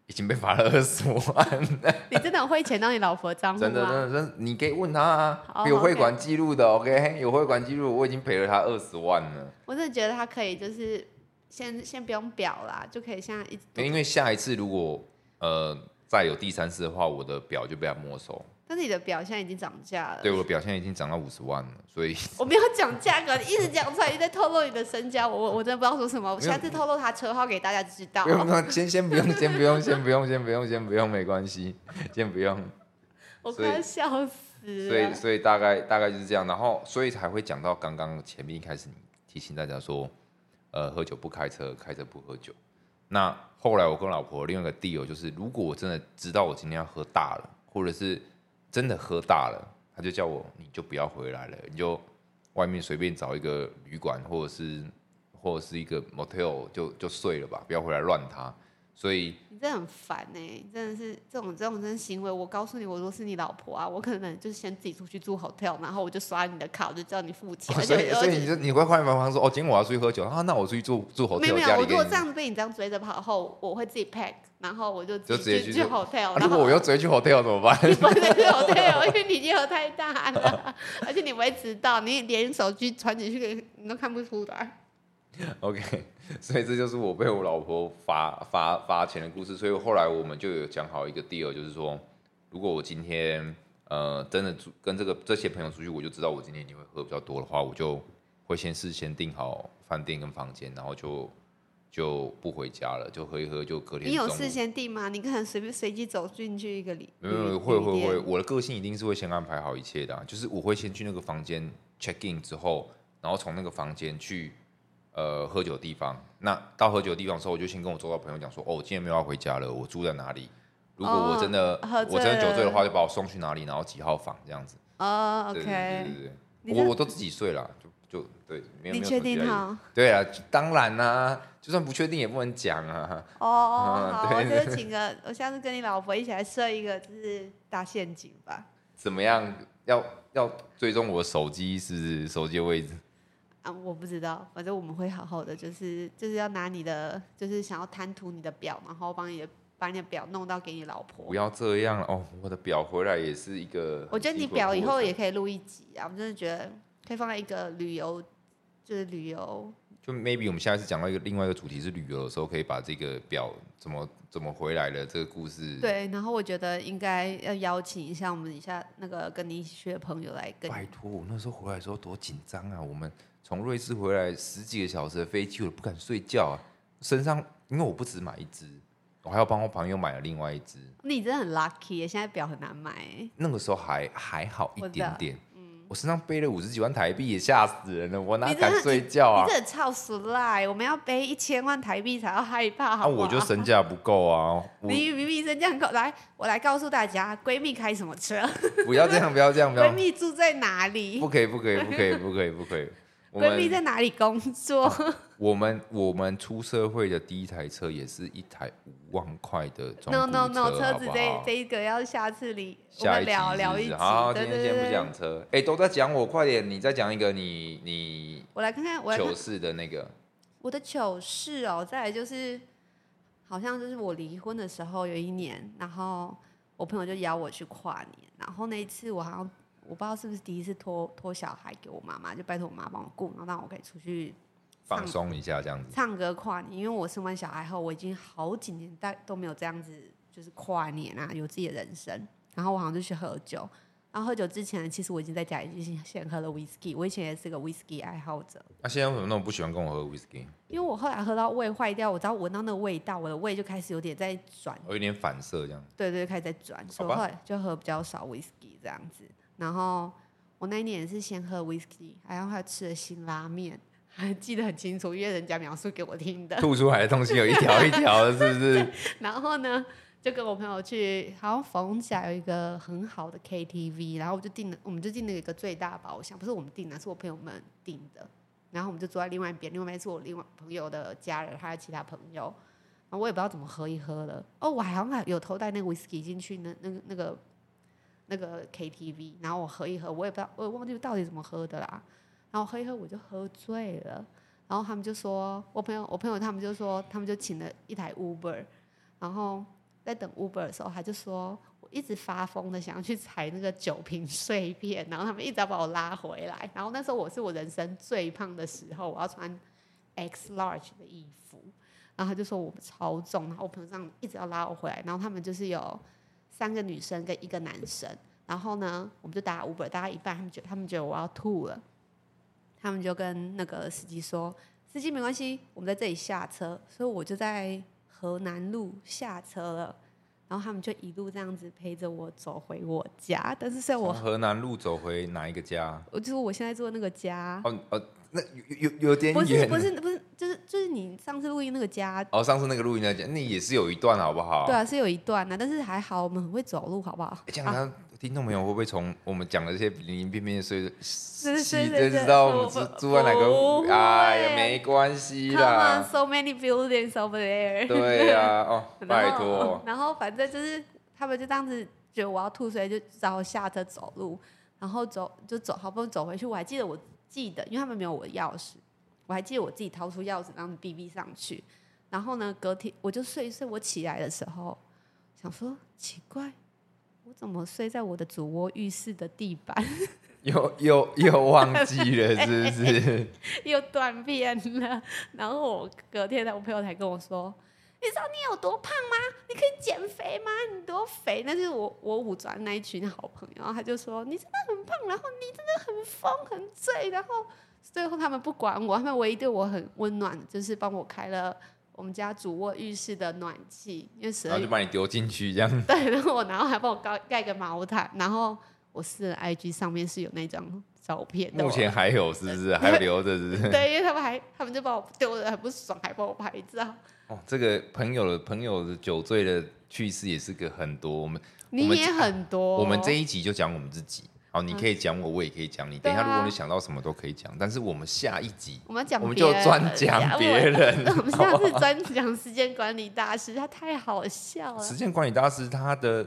已经被罚了二十万， *laughs* 你真的很汇钱到你老婆账户 *laughs* 吗？真的真的真的，你可以问他啊，好有汇 OK 款记录的，OK，有汇款记录，我已经赔了他二十万了。我真的觉得他可以，就是先先不用表啦，就可以现在一直。因为下一次如果呃再有第三次的话，我的表就被他没收，但是你的表现在已经涨价了。对我的表现已经涨到五十万了，所以。我没有讲价格，你一直讲出来，一直在透露你的身家，我我我真的不知道说什么。我没有下次透露他车号给大家知 *laughs* 道不。用，不用，先先不用，先不用，先不用，先不用，先不用，没关系，先不用。 *laughs* 我快要笑死所以，了。所以大概大概就是这样，然后所以才会讲到刚刚前面一开始你提醒大家说，呃，喝酒不开车，开车不喝酒。那后来我跟老婆另外一个 deal 就是，如果我真的知道我今天要喝大了，或者是真的喝大了，他就叫我你就不要回来了，你就外面随便找一个旅馆或者是或者是一个 motel 就就睡了吧，不要回来乱他。所以你真的很烦哎、你真的是这种这种真的行为，我告诉你，我如果是你老婆啊，我可能就是先自己出去住 hotel，然后我就刷你的卡，我就叫你 *laughs* 付钱。哦、而所以且所以你而就你会换一方方说，哦，今天我要出去喝酒啊，那我出去住住且 hotel 没有没家里有，我如果给你这样被你这样追着跑后，我会自己 pack，然后我就就直接去去去就 hotel、啊然如后果我又追去 hotel 怎么办？不是有对哦，因为你烟盒太大了，而且你不会知道，你连手机传进去给你都看不出来。 *laughs* OK，所以这就是我被我老婆罚罚罚钱的故事。所以后来我们就有讲好一个 deal，就是说，如果我今天呃真的出跟这个这些朋友出去，我就知道我今天一定会喝比较多的话，我就会先事先订好饭店跟房间，然后就就不回家了，就喝一喝，就隔天你有中午事先订吗？你可能随便随机走进去一个里，没有没有旅会会。旅会，店我的个性一定是会先安排好一切的啊、就是我会先去那个房间 check in 之后，然后从那个房间去呃喝酒的地方。那到喝酒的地方的时候，我就先跟我周遭朋友讲说，哦，我今天没有要回家了，我住在哪里。如果我真的、哦喝醉我真的酒醉的话，就把我送去哪里，然后几号房这样子。哦对对对，OK，对对，你这我我都自己睡了啊，就就对，没有你没有确什么其定他原因哈？对啊，当然啦、就算不确定也不能讲啊。哦，嗯好，我对就请个，我下次跟你老婆一起来设一个，就是大陷阱吧。怎么样？要要追踪我的手机是不是手机的位置？啊，我不知道，反正我们会好好的，就是就是要拿你的，就是想要贪图你的表，然后帮你的把你的表弄到给你老婆不。要这样了哦！我的表回来也是一个，我觉得你表以后也可以录一集啊，我真的觉得可以放在一个旅游，就是旅游。就 maybe 我们下一次讲到一个另外一个主题是旅游的时候，可以把这个表怎么怎么回来的这个故事，，对，然后我觉得应该要邀请一下我们以下那个跟你一起去的朋友来跟拜你。托，我那时候回来的时候多紧张啊！我们从瑞士回来十几个小时的飞机，我都不敢睡觉、啊，身上因为我不止买一只，我还要帮我朋友买了另外一只，你真的很 lucky，耶现在表很难买耶。那个时候还还好一我知道点嗯点。我身上背了五十几万台币，也吓死人了！我哪你真敢的睡觉啊你？这超俗赖，我们要背一千万台币才要害怕，啊，好不好？我就身价不够 *laughs* 啊！我你明明是这样告来，我来告诉大家，闺蜜开什么车， *laughs* 不要这样，不要这样，不要 *laughs* 闺蜜住在哪里哦不，可以，不可以，不可以，不可以，不可 *laughs* 以。我闺蜜们在哪里工作。我们我们出社会的第一台车也是一台五万块的中 no 古 no no，车车好子不这好这？一个要下次里我下们一集是不聊是聊一集，好，对今天对先对不对讲。车，哎、都在讲我，快点，你再讲一个你你我来看看我来看糗事的那个，我的糗事哦，再来就是好像就是我离婚的时候有一年，然后我朋友就邀我去跨年，然后那一次我好像我不知道是不是第一次拖拖小孩给我妈妈，就拜托我妈帮我顾，然后让我可以出去放松一下这样子。唱歌跨年，因为我生完小孩后，我已经好几年大都没有这样子，就是跨年啊，有自己的人生。然后我好像就去喝酒，然后喝酒之前，其实我已经在家已经先喝了 whisky，我以前也是个 whisky 爱好者，那、啊现在为什么那么不喜欢跟我喝 whisky？因为我后来喝到胃坏掉，我只要闻到那个味道，我的胃就开始有点在转，我有点反射这 *laughs* 样。对对，开始在转，所以我好吧后来就喝比较少 whisky 这样子。然后我那一年也是先喝 whisky，然后还吃了辛拉面，还记得很清楚，因为人家描述给我听的。 *laughs* 吐出来的东西有一条一条的，是不是？然后呢，就跟我朋友去，好像逢甲有一个很好的 KTV，然后我就订了，我们就订了一个最大包厢，不是我们订的，是我朋友们订的。然后我们就坐在另外一边，另外一边是我另外朋友的家人，还有其他朋友。然后我也不知道怎么喝一喝了，哦，我好像还有偷带那个 whisky 进去那那个那个那个 KTV，然后我喝一喝，我也不知道，我也忘记到底怎么喝的啦。然后喝一喝我就喝醉了，然后他们就说，我朋友我朋友他们就说，他们就请了一台 Uber，然后在等 Uber 的时候，他就说我一直发疯的想要去踩那个酒瓶碎片，然后他们一直要把我拉回来。然后那时候我是我人生最胖的时候，我要穿 X large 的衣服，然后他就说我超重，然后我朋友这样一直要拉我回来，然后他们就是有三个女生跟一个男生，然后呢，我们就打 Uber，打到一半，他们觉他们觉得我要吐了，他们就跟那个司机说，司机没关系，我们在这里下车，所以我就在河南路下车了。然后他们就一路这样子陪着我走回我家，但是在从我河南路走回哪一个家？我就是我现在住的那个家，哦哦，那有有有点不是远。不是不是，就是就是你上次录音那个家，哦，上次那个录音的讲，那也是有一段好不好？对啊，是有一段啊，但是还好我们很会走路，好不好诶。？这样他听众朋友会不会从我们讲的这些零零片片碎 *laughs* 是细是就是知道我们住不住在哪不会个？哎呀，没关系 Come on, 啦。 so many buildings over there 然后。对呀、 *laughs* 哦，拜托。然后反正就是他们就这样子觉得我要吐，所以就找我下车走路，然后走就走，好不容易走回去。我还记得我记得，因为他们没有我的钥匙，我还记得我自己掏出钥匙，然后逼逼上去。然后呢，隔天我就睡一睡，我起来的时候想说奇怪，我怎么睡在我的主卧浴室的地板？又又又忘记 *laughs* 了，是不是？又断片了。然后我隔天，我朋友才跟我说：“你知道你有多胖吗？你可以减肥吗？你多肥？”那是我我五专那一群好朋友，然后他就说：“你真的很胖，然后你真的很疯很醉。”然后最后他们不管我，他们唯一对我很温暖，就是帮我开了我们家主卧浴室的暖气，因为十然二后月就把你丢进去，这样 *laughs* 对，然后我然后还帮我盖盖个毛毯，然后我私人 IG 上面是有那张照片的。目前还有是不是？还留着是 *laughs* 不是？对，因为他们还他们就把我丢的很不爽，还帮我拍照。哦，这个朋友的朋友的酒醉的趣事也是个很多。我们你也很多，我们这一集就讲我们自己，好，你可以讲我，我也可以讲你。对等啊一下，如果你想到什么都可以讲，但是我们下一集我们讲我们别人就专讲别人 *laughs* 我们我们下次专讲时间管理大师，他太好笑了时。间管理大师他的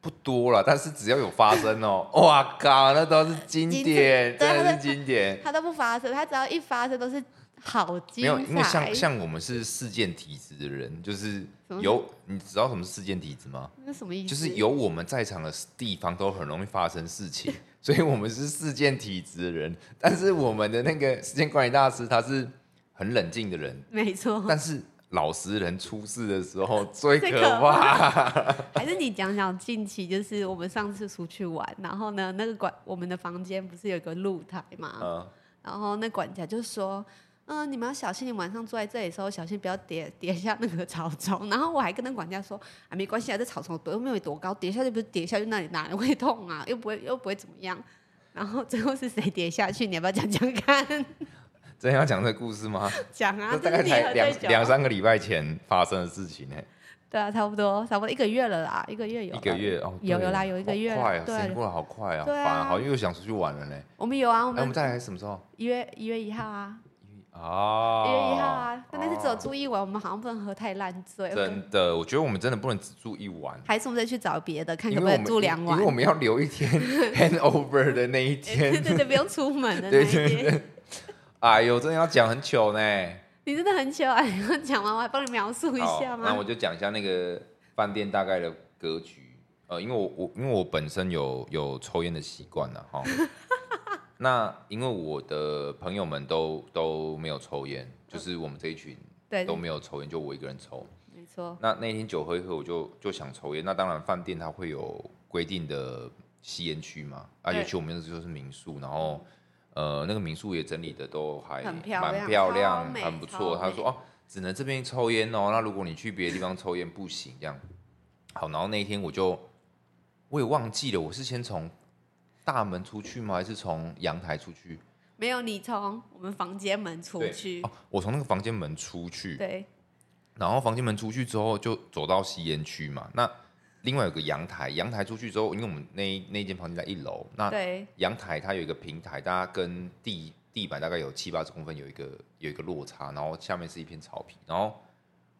不多了，但是只要有发生哦，哇靠，那都是经经典，典对真的他是的经典。他都不发生，他只要一发生都是好精没有，因为彩。像像我们是事件体质的人，就是么有你知道什么是事件体质吗？那什么意思？就是有我们在场的地方都很容易发生事情， *laughs* 所以我们是事件体质的人。但是我们的那个时间管理大师他是很冷静的人，没错，但是老实人出事的时候最哦最可可怕。还是你讲讲近期，就是我们上次出去玩，然后呢，那个管我们的房间不是有一个露台吗？嗯，然后那管家就说：“嗯，你们要小心，你晚上坐在这里的时候小心不要跌 *laughs* 跌下那个草丛。”然后我还跟那管家说：“啊，没关系啊，这草丛多又没有多高，跌下去不是跌下去，那里哪里会痛啊？ *laughs* 又不会又不会怎么样。” *laughs* 然后最后是谁跌下去？你要不要讲讲看？真的要讲这个故事吗？讲这啊，大这概是你才喝两醉酒两三个礼拜前发生的事情呢、对啊，差不多差不多一个月了啦，一个月有一啦个月哦，有对有啦，有一个月好快啊，时间对，过得好快啊，对啊反而好像又想出去玩了呢。我们有啊，我哎，我们们再来什么时候？一月一月一号啊，啊，一月一号啊，但那是只有哦住一晚，我们好像不能喝太烂醉，真的，我觉得我们真的不能只住一晚，还是我们再去找别的，看因可为我不可们以住两晚因为。 *laughs* 我们要留一天 handover 的那一对天。 *laughs* 对对，不用出门的那一对天。哎呦，真的要讲很久呢。你真的很糗啊！你要讲完，我还帮你描述一好，下那吗我？就讲一下那个饭店大概的格局。呃，因为我我因为我本身有有抽烟的习惯了 *laughs* 哈。那因为我的朋友们都都没有抽烟，就是我们这一群对，都没有抽烟，就我一个人抽。没错，那那天酒喝一喝，我就就想抽烟。那当然，饭店它会有规定的吸烟区嘛，啊，对尤其我们那时候是民宿，然后呃，那个民宿也整理的都还很蛮漂亮漂超亮，美很不超错。他美说哦，只能这边抽烟哦，那如果你去别的地方抽烟不行，这样。好，然后那一天我就我也忘记了，我是先从大门出去吗？还是从阳台出去？没有你从我们房间门出去哦，，我从那个房间门出去，对，然后房间门出去之后，就走到吸烟区嘛。那另外有个阳台，阳台出去之后，因为我们那一那一间房间在一楼，那对，阳台它有一个平台，大家跟地地板大概有七八十公分，有一个有一个落差，然后下面是一片草皮，然后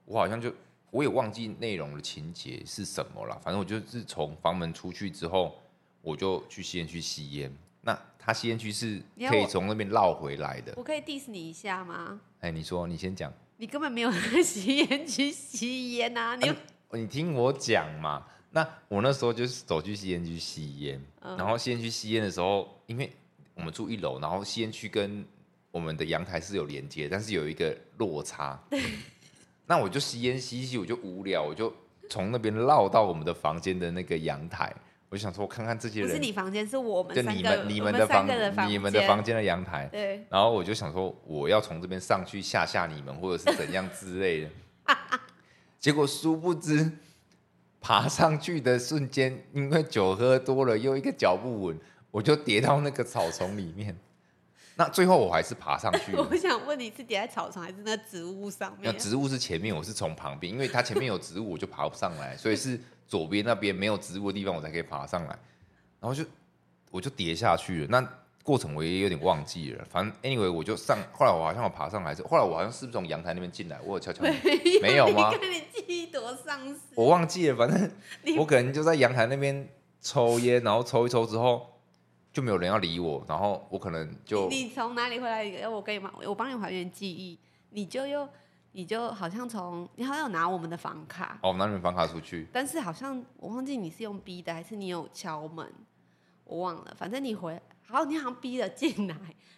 我好像就我也忘记内容的情节是什么啦，反正我就是从房门出去之后，我就去吸烟区吸烟。那它吸烟区是你要可以我从那边绕回来的。我可以 diss 你一下吗？哎，你说，你先讲，你根本没有在吸烟区吸烟呐、啊，你哦你听我讲嘛。那我那时候就是走去吸烟区吸烟，嗯然后吸烟区吸烟的时候，因为我们住一楼，然后吸烟区跟我们的阳台是有连接，但是有一个落差。 *laughs* 那我就吸烟吸一吸，我就无聊，我就从那边绕到我们的房间的那个阳台，我就想说，我看看这些不是人，你房间，是我们就三你个们你我们们的三房个的你们的间房间的阳台，对，然后我就想说，我要从这边上去吓吓你们，或者是怎样之类的。结果殊不知，爬上去的瞬间，因为酒喝多了，又一个脚不稳，我就跌到那个草丛里面。那最后我还是爬上去了 *laughs* 我。想问你是叠在草丛还是那植物上嗯那面？ *laughs* 植物是前面，我是从旁边，因为它前面有植物，我就爬不上来，所以是左边那边没有植物的地方，我才可以爬上来。然后就我就跌下去了，那过程我也有点忘记了。反正 anyway，我就上，后来我好像有爬上来，是后来我好像是不是从阳台那边进来，我有悄悄，没有吗你看你记忆多丧失。我忘记了，反正你我可能就在阳台那边抽烟，然后抽一抽之后就没有人要理我，然后我可能就你从哪里回来？哎我跟你嘛，我帮你还原记忆，你就又你就好像从你好像有拿我们的房卡，哦，那你们翻卡出去，但是好像我忘记你是用逼的还是你有敲门，我忘了。反正你回，好，你好像逼了进来，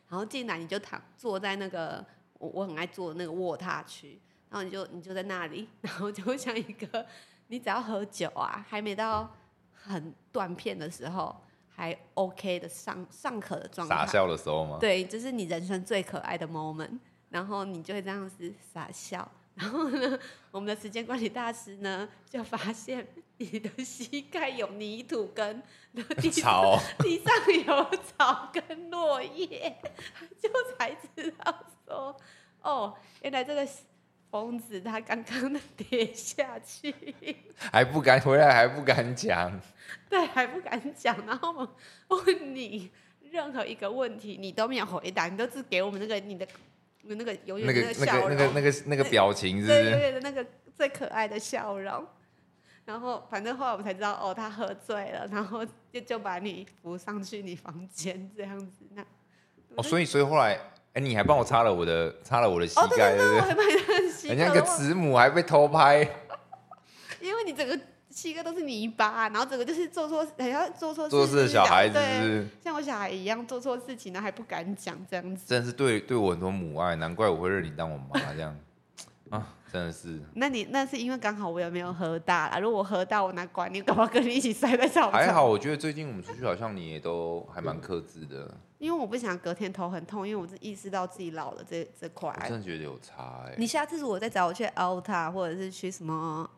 然后进来你就躺坐在那个我我很爱坐的那个卧榻区，然后你就你就在那里，然后就像一个你只要喝酒啊，还没到很断片的时候，还 OK 的上上课的状傻态，笑的时候吗？对，这是你人生最可爱的 moment，然后你就会这样子傻笑。 *laughs* 然后呢，我们的时间管理大师呢就发现你的膝盖有泥土跟，然 *laughs* 后地上吵。地上有草跟落叶，就才知道说，哦，原来这个疯子他刚刚的跌下去，还不敢回来，还不敢讲。 *laughs* 对，还不敢讲。然后我问你任何一个问题，你都没有回答，你都是给我们那个你的那个永远那的个个那笑个容，那个那个那个表情是不对，永是？远的那个最可爱的笑容。然后，反正后来我们才知道，哦，他喝醉了，然后就就把你扶上去你房间这样 *laughs* 子。那哦，所以所以后来，哎，你还帮我擦了我的擦了我的膝哦，对盖，对对对，我不还把你的膝对？人家盖个都忘慈母还被偷拍，因为你整个膝盖都是泥巴，然后整个就是做错，很像做错做事事的情小然后孩子对是不是？像我小孩一样做错事情，然后还不敢讲这样子。真的是对对我很多母爱，难怪我会认你当我妈这样啊，真的是。那你那是因为刚好我也没有喝大啦，如果我喝大，我哪管你，搞不好跟你一起晒在草还上。好，，我觉得最近我们出去好像你也都还蛮克制的，因为我不想隔天头很痛，因为我是意识到自己老了这这块。我真的觉得有差哎、你下次如果再找我去 Alta 或者是去什么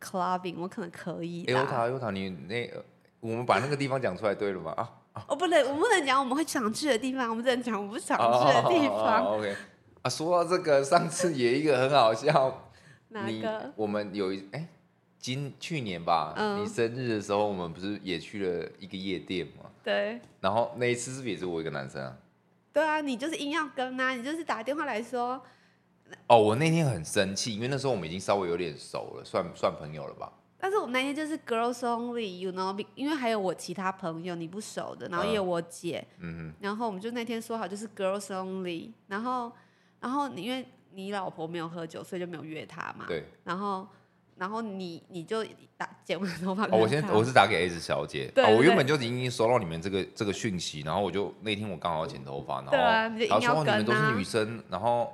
clubbing，我可能可以欸。啦。优塔优塔，你那呃我们把那个地方讲出来对了吗？啊，我哦不能，我不能讲我们会想去的地方，我们只能讲我们不想去的地方。 o k 啊，说到这个，上次也一个很好笑，哪你个？我们有一哎、今去年吧，嗯你生日的时候，我们不是也去了一个夜店嘛？对。然后那一次是不是也是我一个男生啊？对啊，你就是硬要跟啊，你就是打电话来说，哦，我那天很生气，因为那时候我们已经稍微有点熟了，算算朋友了吧？但是我们那天就是 girls only，you know，因为还有我其他朋友你不熟的，然后也有我姐，嗯然后我们就那天说好就是 girls only，然后然后你因为你老婆没有喝酒，所以就没有约她嘛哼，，对。然后然后你你就打剪完头发跟她，哦，我先我是打给 S 小姐，对哦我对原本就已经收到你们这个这个讯息，然后我就那天我刚好要剪头发，对啊然你后就然后说硬要哦你们都跟啊是女生，然后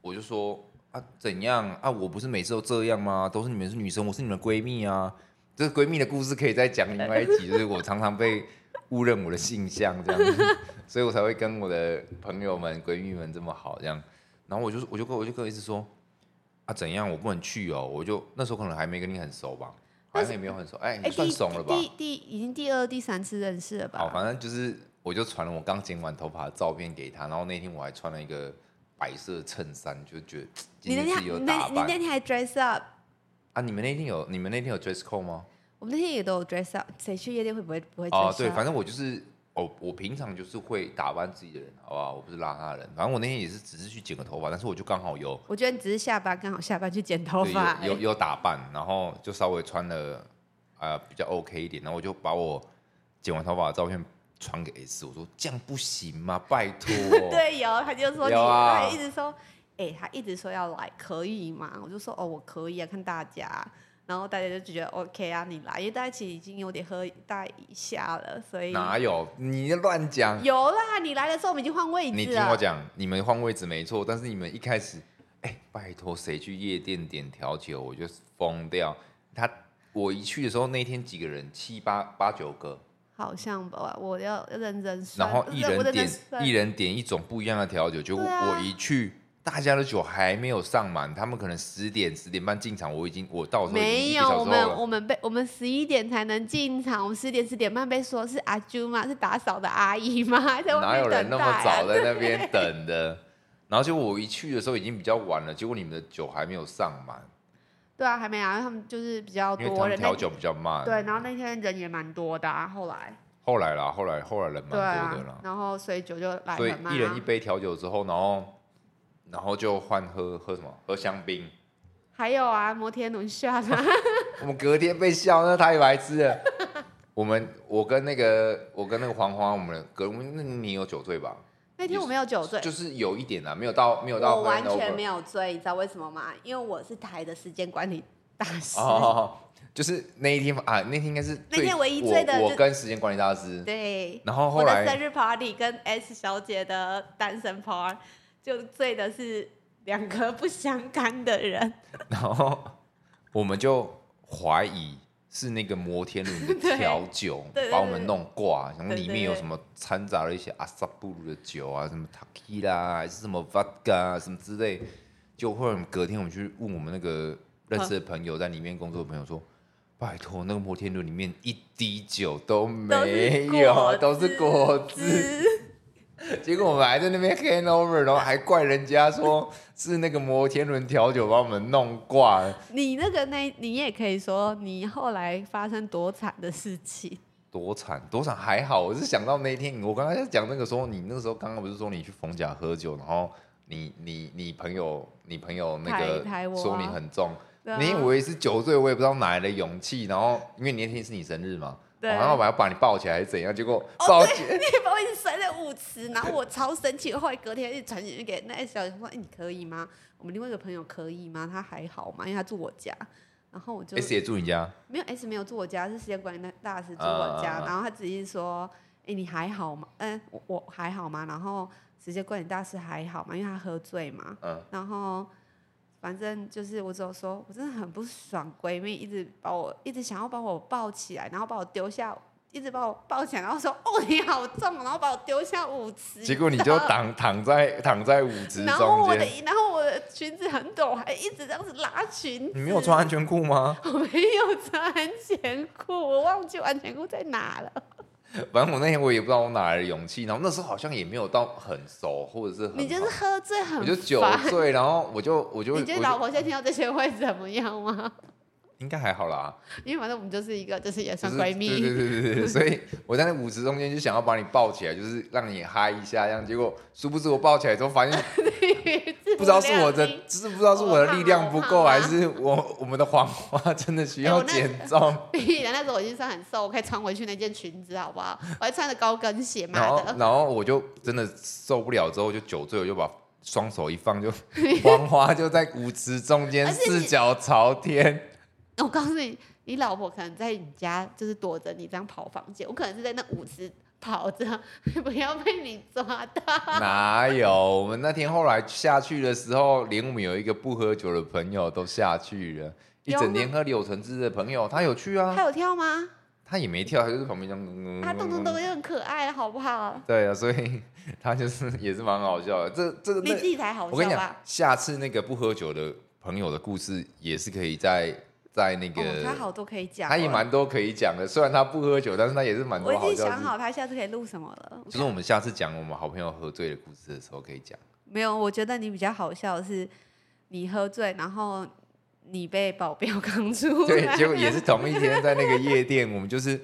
我就说啊怎样啊，我不是每次都这样吗？都是你们是女生，我是你们闺蜜啊，这个闺蜜的故事可以再讲另外一 *laughs* 集，就是我常常被误认我的性向这样子， *laughs* 所以我才会跟我的朋友们闺蜜们这么好这样，然后我就我就跟我就跟 S 说。啊，怎样？我不能去哦！我就那时候可能还没跟你很熟吧，好但像也没有很熟。哎、哎你算第怂了吧？第第已经第二第三次认识了吧？好，反正就是我就传了我刚剪完头发的照片给他，然后那天我还穿了一个白色衬衫，就觉得今你那天自天还己你有那打你那扮天还 dress up，啊？你们那天有你们那天有 dress code 吗？我们那天也都有 dress up，谁去夜店会不会不会 dress 哦啊 up？，对，反正我就是哦，我平常就是会打扮自己的人，好不好？我不是邋遢的人，反正我那天也是只是去剪个头发，但是我就刚好有我觉得你只是下班刚好下班去剪头对发，，有有有打扮，然后就稍微穿的呃比较 OK 一点，然后我就把我剪完头发的照片传给 S，我说这样不行吗？拜托 *laughs* 对有，他就说你，有啊他一直说，哎、他一直说要来，可以吗？我就说哦，我可以啊，看大家。然后大家就觉得 OK 啊，你来，因为大家其实已经有点喝大一下了，所以哪有你乱讲？哎有啊啦，你来的时候我们已经换位你置听我了。讲，你们换位置没错，但是你们一开始，哎、拜托谁去夜店点调酒，我就疯掉。他我一去的时候，那天几个人，七八八九个，好像吧，我要要认真算，然后一我人认真点算一人点一种不一样的调酒，结果对啊我一去。大家的酒还没有上满，他们可能十点十点半进场，我已经我到的时候已经没一个有，小时我后们了。我们被我们十一点才能进场，我们十点十点半被说是阿舅吗？是打扫的阿姨吗？还在外哪面有人那等待、么啊？早在那 *laughs* 边等的？然后结果我一去的时候已经比较晚了，结果你们的酒还没有上满，对啊，还没啊，因为他们就是比较因为他多们人，调酒比较慢。那对，然后那天人也蛮多的、啊，后来后来啦，后来后来人蛮对啊多的啦，，然后所以酒就来所以很慢、啊，一人一杯调酒之后，然后然后就换喝喝什么？喝香槟。还有啊，摩天轮 *laughs* 下啦，我们隔天被笑，那太白痴 *laughs* 了。我们我跟那个我跟那个黄花，我们隔那你有酒醉吧？那天我没有酒醉。就是有一点啊，没有到没有到我完全没有有醉，你知道为什么吗？因为我是台的时间管理大师。哦， *laughs* 就是那一天啊，那天应该是那天最唯一醉的我就我跟时间管理大师， *laughs* 对，然后我后的来生日 party 跟 S 小姐的单身 party 就醉的是两个不相干的人。然后我们就怀疑是那个摩天轮的调酒对对对把我们弄挂，然后对对里面有什么掺杂了一些阿萨布鲁的酒啊，什么塔 q 啦，还是什么 vodka 啊什么之类。就后来我们隔天我们去问我们那个认识的朋友，在里面工作的朋友说。拜托，那个摩天轮里面一滴酒都没有，都都是是果果汁。结果我们还在那边 *laughs* hangover，然后还怪人家说是那个摩天轮调酒把我们弄挂了。你那个那，你也可以说你后来发生多惨的事情。多惨，多惨还好。我是想到那一天，我刚刚在讲那个时候，你那个时候刚刚不是说你去逢甲喝酒，然后你你你朋友你朋友那个抬抬我啊说你很重，对啊那天我也是酒醉，我也不知道哪来的勇气，然后因为你那天是你生日嘛，哦对哦然后我还要把你抱起来还是怎样，结果抱起来， *laughs* 你把我一直甩在舞池，然后我超生气。后来隔天一直传简讯给那 S 小姐说：“哎、你可以吗？我们另外一个朋友可以吗？他还好吗？因为他住我家。”然后我就 S 也哎住你家，没有 S 没有住我家，是时间管理大大师住我家。啊啊啊然后他只是说：“哎、你还好吗？嗯、我我还好吗？”然后时间管理大师还好吗？因为他喝醉嘛。嗯，然后反正就是我只有说，我真的很不爽，闺蜜一直把我一直想要把我抱起来，然后把我丢下，一直把我抱起来，然后说哦你好重，然后把我丢下舞池。结果你就躺躺在躺在舞池然后中 *laughs* 我的间，，然后我的裙子很短，我还一直这样子拉裙子。你没有穿安全裤吗？我没有穿安全裤，我忘记我安全裤在哪了。反正我那天我也不知道我哪来的勇气，然后那时候好像也没有到很熟，或者是很你就是好喝醉很我就 *laughs* 酒烦。醉，然后我就我就你我觉就得老婆现在听到这些会怎么样吗？ *laughs* 应该还好啦，因为反正我们就是一个，就是也就算是闺蜜。对对对对对，所以我在那舞池中间就想要把你抱起来，就是让你嗨一下，这样结果殊不知我抱起来之后发现 *laughs* 不知道是我的，就是不知道是我的力量不够，我怕还我怕是我我们的黄花 *laughs* 真的需哎要我那减重， *laughs* 必 *laughs* 然那时候我已经算很瘦，我可以穿回去那件裙子，好不好？我还穿着高跟鞋，然妈后的！然后我就真的受不了，之后就酒醉，我就把。双手一放就， *laughs* 黄花就在舞池中间而且你四脚朝天， *laughs* 我告诉你，你老婆可能在你家就是躲着你这样跑房间，我可能是在那舞池跑着， *laughs* 不要被你抓到。 *laughs* 哪有？我们那天后来下去的时候，连我们有一个不喝酒的朋友都下去了，一有吗整天喝柳橙汁的朋友，他有去啊她，有跳吗？他也没跳，他就是旁边这样嗯。嗯她动动。嗯嗯动也很可爱，好不好？对啊，所以他就是也是蛮好笑的。这 *laughs* 这个你那自己才好我跟笑你讲吧？，下次那个不喝酒的朋友的故事也是可以在在那哦，个她，好多可以讲哦，他也蛮多可以讲的。虽然他不喝酒，但是他也是蛮多我已好经笑的想事。好她下次可以录什么了。就是我们下次讲我们好朋友喝醉的故事的时候可以讲。没有，我觉得你比较好笑的是，你喝醉，然后你被保镖 *laughs* 扛出来，对，结果也是同一天在那 *laughs* 个夜店，我们就是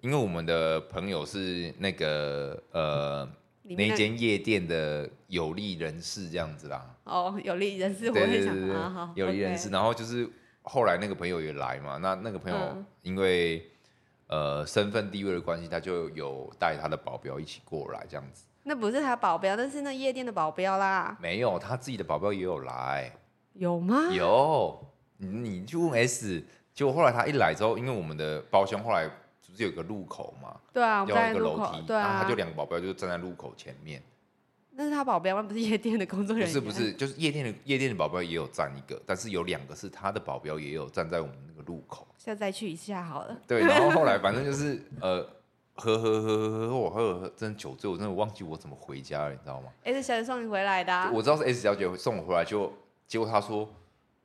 因为我们的朋友是那个呃你那们一间夜店的有利人士这样子啦，哦，有利人对士，我会对对想对，啊，好，有利人士。 OK 然后就是后来那个朋友也来嘛，那那个朋友嗯因为、呃身份地位的关系，他就有带他的保镖一起过来这样子。那不是他保镖，那是那夜店的保镖啦，没有，他自己的保镖也有来，有吗？有你你去问 S，结果后来他一来之后，因为我们的包厢后来不是有个路口嘛，对啊，我们要在一个路楼口梯，，对然后啊，他就两个保镖就站在路口前面，那是他保镖，那不是啊夜店的工作不人员，是不是，就是夜店的夜店的保镖也有站一个，但是有两个是他的保镖也有站在我们那个路口，下次再去一下好了。对，然后后来反正就是呃。喝喝喝喝喝，我喝喝真的酒醉，我真的忘记我怎么回家了，你知道吗？哎、是小姐送你回来的、啊，我知道是 S 小姐送我回来，就结果她说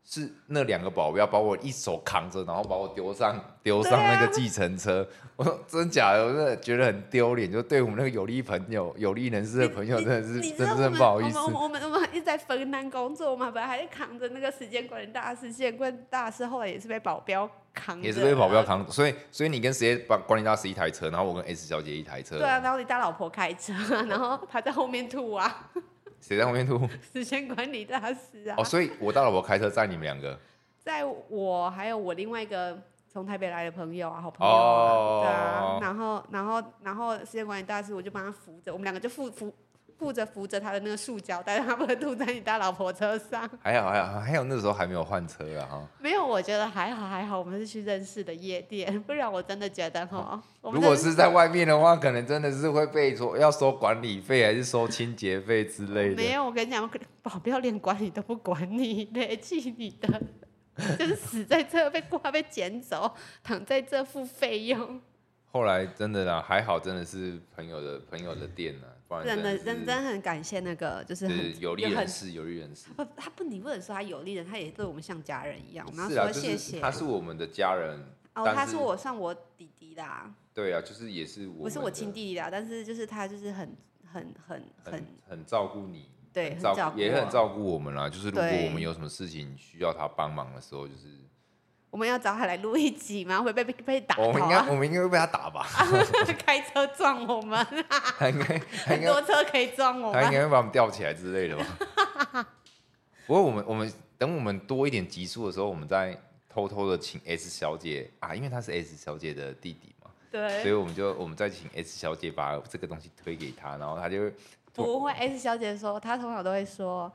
是那两个保镖把我一手扛着，然后把我丢上丢上对啊那个计程车。 *laughs* 我说真假的，我真的觉得很丢脸，就对我们那个有利朋友、有利人士的朋友，真的是你知真道的我不们好意思我。们我们我们我们一直在分担工作嘛，本来还是扛着那个时间管理大师，时间管理大师后来也是被保镖扛着，啊也是被保镖。扛，所以所以你跟谁管管理大师一台车，然后我跟 S 小姐一台车，对啊，然后你大老婆开车，啊然后他在后面吐啊，谁在后面吐？时间管理大师啊，哦，所以我大老婆开车载你们两个，在我还有我另外一个从台北来的朋友啊，好朋友啊，对哦啊，，然后然后然后时间管理大师我就帮他扶着，我们两个就负负负责扶着他的那个塑胶袋，让他不会 *laughs* 吐在你大老婆车上。还好还好，还有那时候还没有换车啊哈。没有，我觉得还好还好，我们是去认识的夜店，不然我真的觉得哈，我哦如们果真的是在外面的话，可能真的是会被说要收管理费，还是收清洁费之类没的。有，我跟你讲，保镖连管你都不管你， *laughs* 嘞，气你的， *laughs* 就是死在这被挂被捡走，躺在这付费用，后来真的啦，还好真的是朋友的朋友的店呢、啊不然真的是认真很感谢那个就是对很有利很人士，有利人士。不，他不，你不能说他有利人，他也对我们像家人一样，我们是要啊，说就谢是谢。他是我们的家人，哦，但他是是我算我弟弟啦，对啊，就是也是我不是们我的亲弟弟啦，但是就是他就是很很很很很很照顾你，对，很很照照顾顾也很我照顾我们啦。就是如果对我们有什么事情需要他帮忙的时候，就是我们要找他来录一集吗？会被被被打我头们应该啊！ *laughs* 我们应该会被他打吧？ *laughs* 开车撞我们，他应该他很应该多车可以撞我他应们。该会把我们吊起来之类的吧？不过我们我们等我们多一点集数的时候，我们再偷偷的请 S 小姐啊，因为她是 S 小姐的弟弟嘛，所以对，我们就我们再请 S 小姐把这个东西推给他，然后他就不会。S 小姐说，她从小都会说，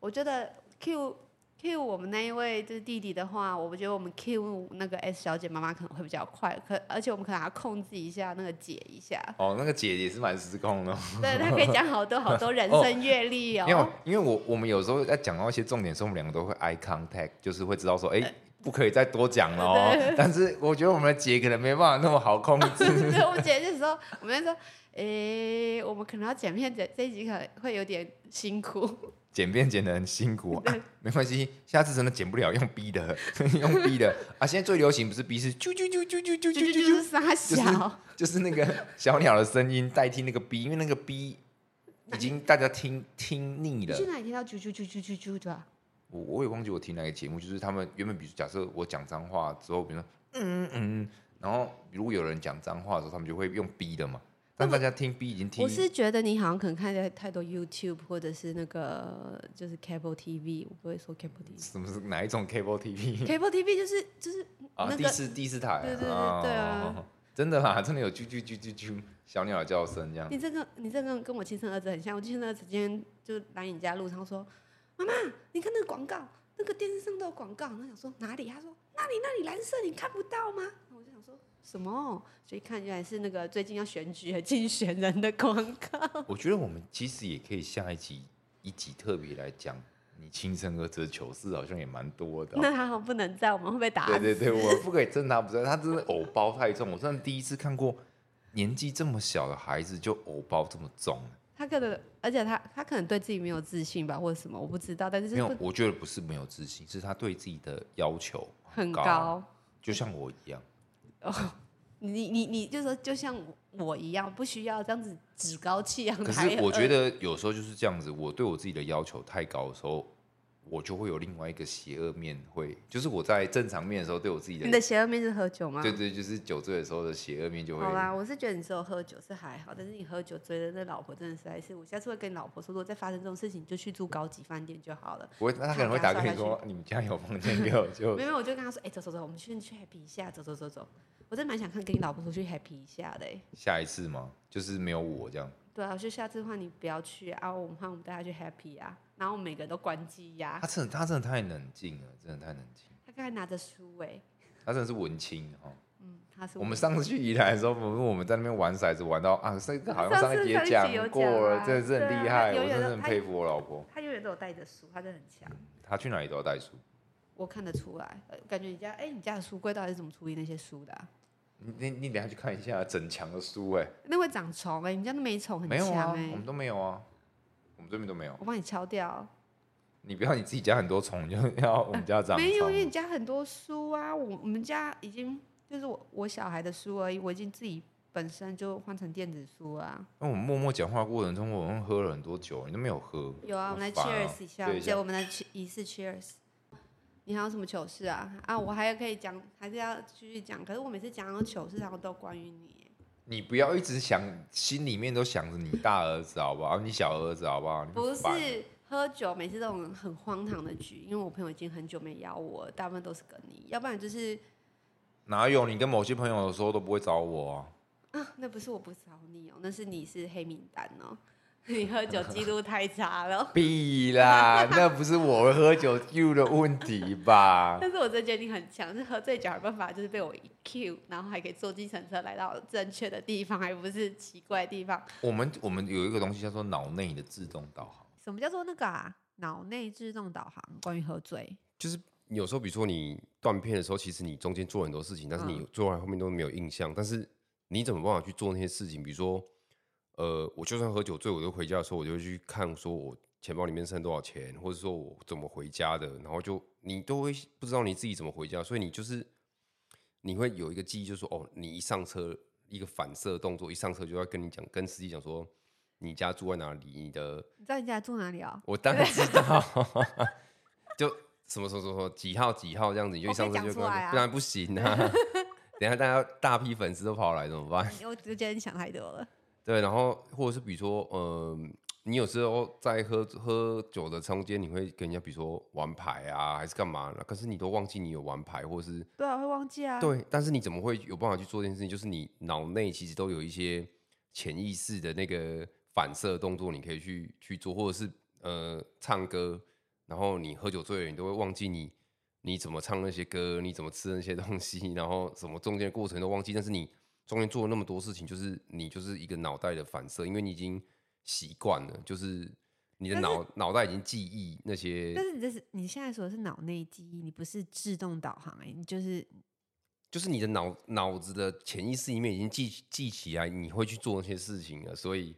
我觉得 Q Q 我们那一位就是弟弟的话，我觉得我们 Q 那个 S 小姐妈妈可能会比较快，可而且我们可能还要控制一下那个姐一下，哦，那个姐也是蛮失控的哦，对，她可以讲好多好多人生阅历因为我哦。因为我我们有时候在讲到一些重点的时候，我们两个都会 eye contact，就是会知道说，哎、不可以再多讲了哦。但是我觉得我们的姐可能没办法那么好控制， *laughs* 对，我们姐就说，我们就说，诶、我们可能要剪片，这这一集可能会有点辛苦。剪片剪得很辛 *laughs* 苦、啊，没关系，下次真的剪不了，用逼的， *laughs* 用逼的啊！现在最流行不是逼是啾啾啾啾啾啾就啾就 *laughs* 就啾是傻就是小，就是那个小鸟的声音代替那个逼，因为那个逼已经大家听听腻你了去。哪里听到啾啾啾啾啾啾的啊？我我也忘记我听哪个节目，就是他们原本比如假设我讲脏话之后，比如说嗯嗯嗯，然后如果有人讲脏话的时候，他们就会用逼的嘛。但大家听逼已经听我是觉得你好像可能看的太多 YouTube 或者是那个就是 cable TV，我不会说 *laughs* cable TV。什么是哪一种 cable TV？ cable TV 就是就是啊，那第个四第四台啊，对对对哦对啊，真的啦，真的有啾啾啾啾啾小鸟的叫声这样。你这个你这个跟我亲生儿子很像。我亲生儿子今天就来你家路上说，妈妈，你看那个广告，那个电视上都有广告。然后想说哪里？他说那里那里蓝色，你看不到吗？然后我就想说什么？所以看原来是那个最近要选举竞选人的广告。我觉得我们其实也可以下一集一集特别来讲你亲生儿子的糗事，好像也蛮多的哦。那他好像不能在，我们会被打死。对对对，我不可以真拿不真，他真的偶包太重，我真的第一次看过年纪这么小的孩子就偶包这么重。他可能，而且他他可能对自己没有自信吧，或者什么，我不知道。但是没有不，我觉得不是没有自信，是他对自己的要求很高高，就像我一样。你你你就说，就像我一样，不需要这样子趾高气扬。可还是我觉呃，得有时候就是这样子，我对我自己的要求太高的时候，我就会有另外一个邪恶面会，就是我在正常面的时候对我自己的，你的邪恶面是喝酒吗？对对，就是酒醉的时候的邪恶面就会。好啦，我是觉得你只有喝酒是还好，但是你喝酒追的那老婆真的实在是，我下次会跟你老婆说，如果再发生这种事情，你就去住高级饭店就好了。我他可能会打给你说，你们家有房间给我就没有，我就跟他说，哎、走走走，我们去去 happy 一下，走走走走。我真蛮想看跟你老婆出去 happy 一下的、欸。下一次吗？就是没有我这样，对啊，我就下次换你不要去啊，我们换我们大家去 happy 啊，然后我们每个都关机呀、他真的他真的太冷静了，真的太冷静，他刚才拿着书哎、他真的是文青哦。嗯，他是我们上次去宜兰的时候，不是我们在那边玩骰子玩到啊，这个好像上集也上次上一集有讲过了，讲啊真的是很厉害，对啊我真的有有很佩服我老婆，他永远都有带着书，他真的很强，她去哪里都要带书。我看得出来。呃感觉你家哎、你家的书柜到底是怎么处理那些书的、啊？你你你等一下去看一下整墙的书哎、那会长虫哎、你家都没虫，很没有啊，强我哎、们都没有啊，我们这边都没有。我帮你敲掉。你不要你自己家很多虫，你就 *laughs* 要我们家长呃没有，因为虫。你家很多书啊，我我们家已经就是我我小孩的书而已，我已经自己本身就换成电子书啊。那我们默默讲话过程中，我们喝了很多酒，你都没有喝。有啊，我们来好烦哦 cheers 一下，对一对，下我们来 che- 一次 cheers。你还有什么糗事啊？啊，我还可以讲，还是要继续讲。可是我每次讲到糗事，然后都关于你耶。你不要一直想，心里面都想着你大儿子好不好？你小儿子好不好？你不烦是喝酒，每次这种很荒唐的局，因为我朋友已经很久没邀我了，大部分都是跟你，要不然就是 *laughs* 哪有你跟某些朋友的时候都不会找我啊？啊，那不是我不找你哦，那是你是黑名单哦，你喝酒记录太差 *laughs* 了。必啦，那不是我喝酒 *laughs* 酒的问题吧？但是我真的觉得你很强，是喝醉酒还有办法，就是被我一 Q，然后还可以坐计程车来到正确的地方，还不是奇怪的地方。我们我们有一个东西叫做脑内的自动导航，什么叫做那个啊？脑内自动导航，关于喝醉，就是有时候，比如说你断片的时候，其实你中间做很多事情，但是你嗯做完后面都没有印象，但是你怎么办法去做那些事情？比如说，呃，我就算喝酒醉，我就回家的时候，我就会去看说我钱包里面剩多少钱，或者说我怎么回家的，然后就你都会不知道你自己怎么回家，所以你就是你会有一个记忆，就是说哦，你一上车一个反射动作，一上车就要跟你讲，跟司机讲说你家住在哪里，你的你知道你家住哪里哦？我当然知道，就什么什么什么几号几号这样子，你就一我可以上车就讲出跟我来说啊不然不行啊。 *laughs* 等一下大家大批粉丝都跑来怎么办？我就觉得你想太多了。对，然后或者是比如说，嗯、你有时候在喝喝酒的中间，你会跟人家比如说玩牌啊，还是干嘛？可是你都忘记你有玩牌，或者是对啊，会忘记啊。对，但是你怎么会有办法去做这件事情？就是你脑内其实都有一些潜意识的那个反射动作，你可以去去做，或者是呃唱歌，然后你喝酒醉了，你都会忘记你你怎么唱那些歌，你怎么吃那些东西，然后什么中间的过程都忘记，但是你中间做了那么多事情，就是你就是一个脑袋的反射，因为你已经习惯了，就是你但的是脑脑袋已经记忆那些但是你这是你现在说的是脑内记忆，你不是自动导航哎、你就是就是你的脑脑子的潜意识里面已经记记起来，你会去做那些事情了，所以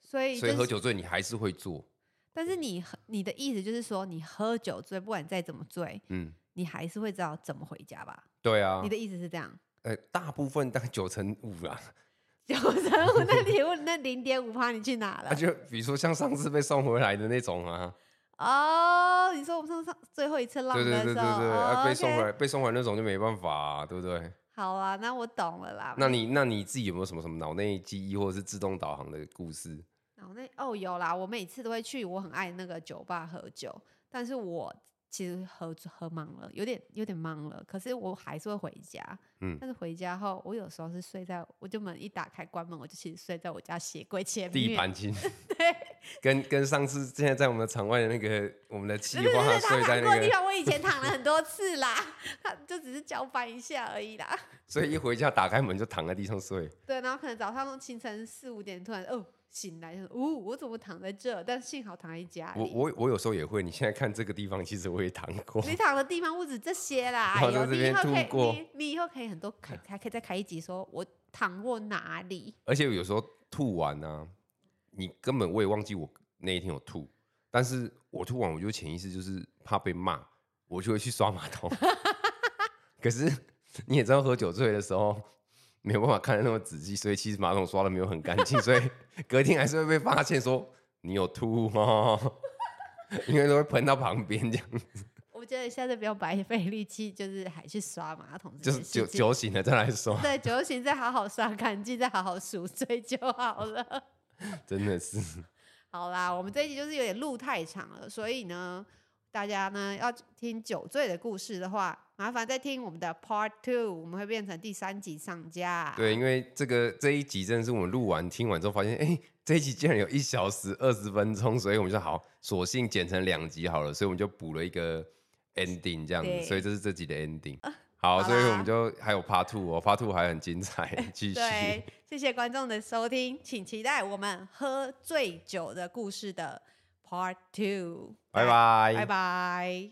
所哎以、就是、所以喝酒醉你还是会做，但是你喝你的意思就是说，你喝酒醉，不管你再怎么醉，嗯，你还是会知道怎么回家吧？对啊你，的意思是这样？呃，大部分大概九成五 *laughs* 啦，九成五， *laughs* 那你问那零点五趴你去哪了？那啊就比如说像上次被送回来的那种啊，哦，你说我们上上最后一次浪对的时候，对对对对，哦啊，被送回 OK 来被送回来那种就没办法啊，对不对？好啊，那我懂了啦。那你那你自己有没有什么什么脑内记忆或者是自动导航的故事？脑内哦有啦，我每次都会去，我很爱那个酒吧喝酒，但是我其实喝喝懵了，有点有点懵了，可是我还是会回家。嗯但是回家后，我有时候是睡在，我就门一打开关门，我就其实睡在我家鞋柜前面。地 *laughs* 板亲， *laughs* 跟跟上次现在在我们的场外的那个我们的气化他睡躺在过那的地个，方，我以前躺了很多次啦，他就只是搅拌一下而已啦。所以一回家打开门就躺在地上睡。对，然后可能早上清晨四五点突然哦醒来，就说哦我怎么躺在这？但幸好躺在家我里。我我有时候也会，你现在看这个地方，其实我也躺过。你躺的地方不止这些啦，哎然呦，后在这你以边后吐可以，过嗯你你以后可以很多开，还可以再开一集，说我躺过哪里？ *laughs* 而且有时候吐完啊，你根本我也忘记我那一天有吐，但是我吐完我就潜意识就是怕被骂， *laughs* 我就会去刷马桶。可是你也知道，喝酒醉的时候，没有办法看得那么仔细，所以其实马桶刷的没有很干净，所以隔天还是会被发现说你有吐哦， *laughs* 因为都会喷到旁边这样，我觉得下次不要白费力气，就是还去刷马桶这就件是酒事情，酒醒了再来刷，对酒醒再好好刷干净，再好好赎罪就好了。真的是好啦，我们这一集就是有点路太长了，所以呢，大家呢要听酒醉的故事的话，麻烦再听我们的 Part Two，我们会变成第三集上架。对，因为这个这一集真的是我们录完听完之后发现，哎、这一集竟然有一小时二十分钟，所以我们就好，索性剪成两集好了，所以我们就补了一个 ending 这样子对，呃所以这是这集的 ending。好，好所以我啦们就还有 part two 哦，part two 还很精彩， *laughs* 继续。对，谢谢观众的收听，请期待我们喝醉酒的故事的 Part Two。拜拜拜拜。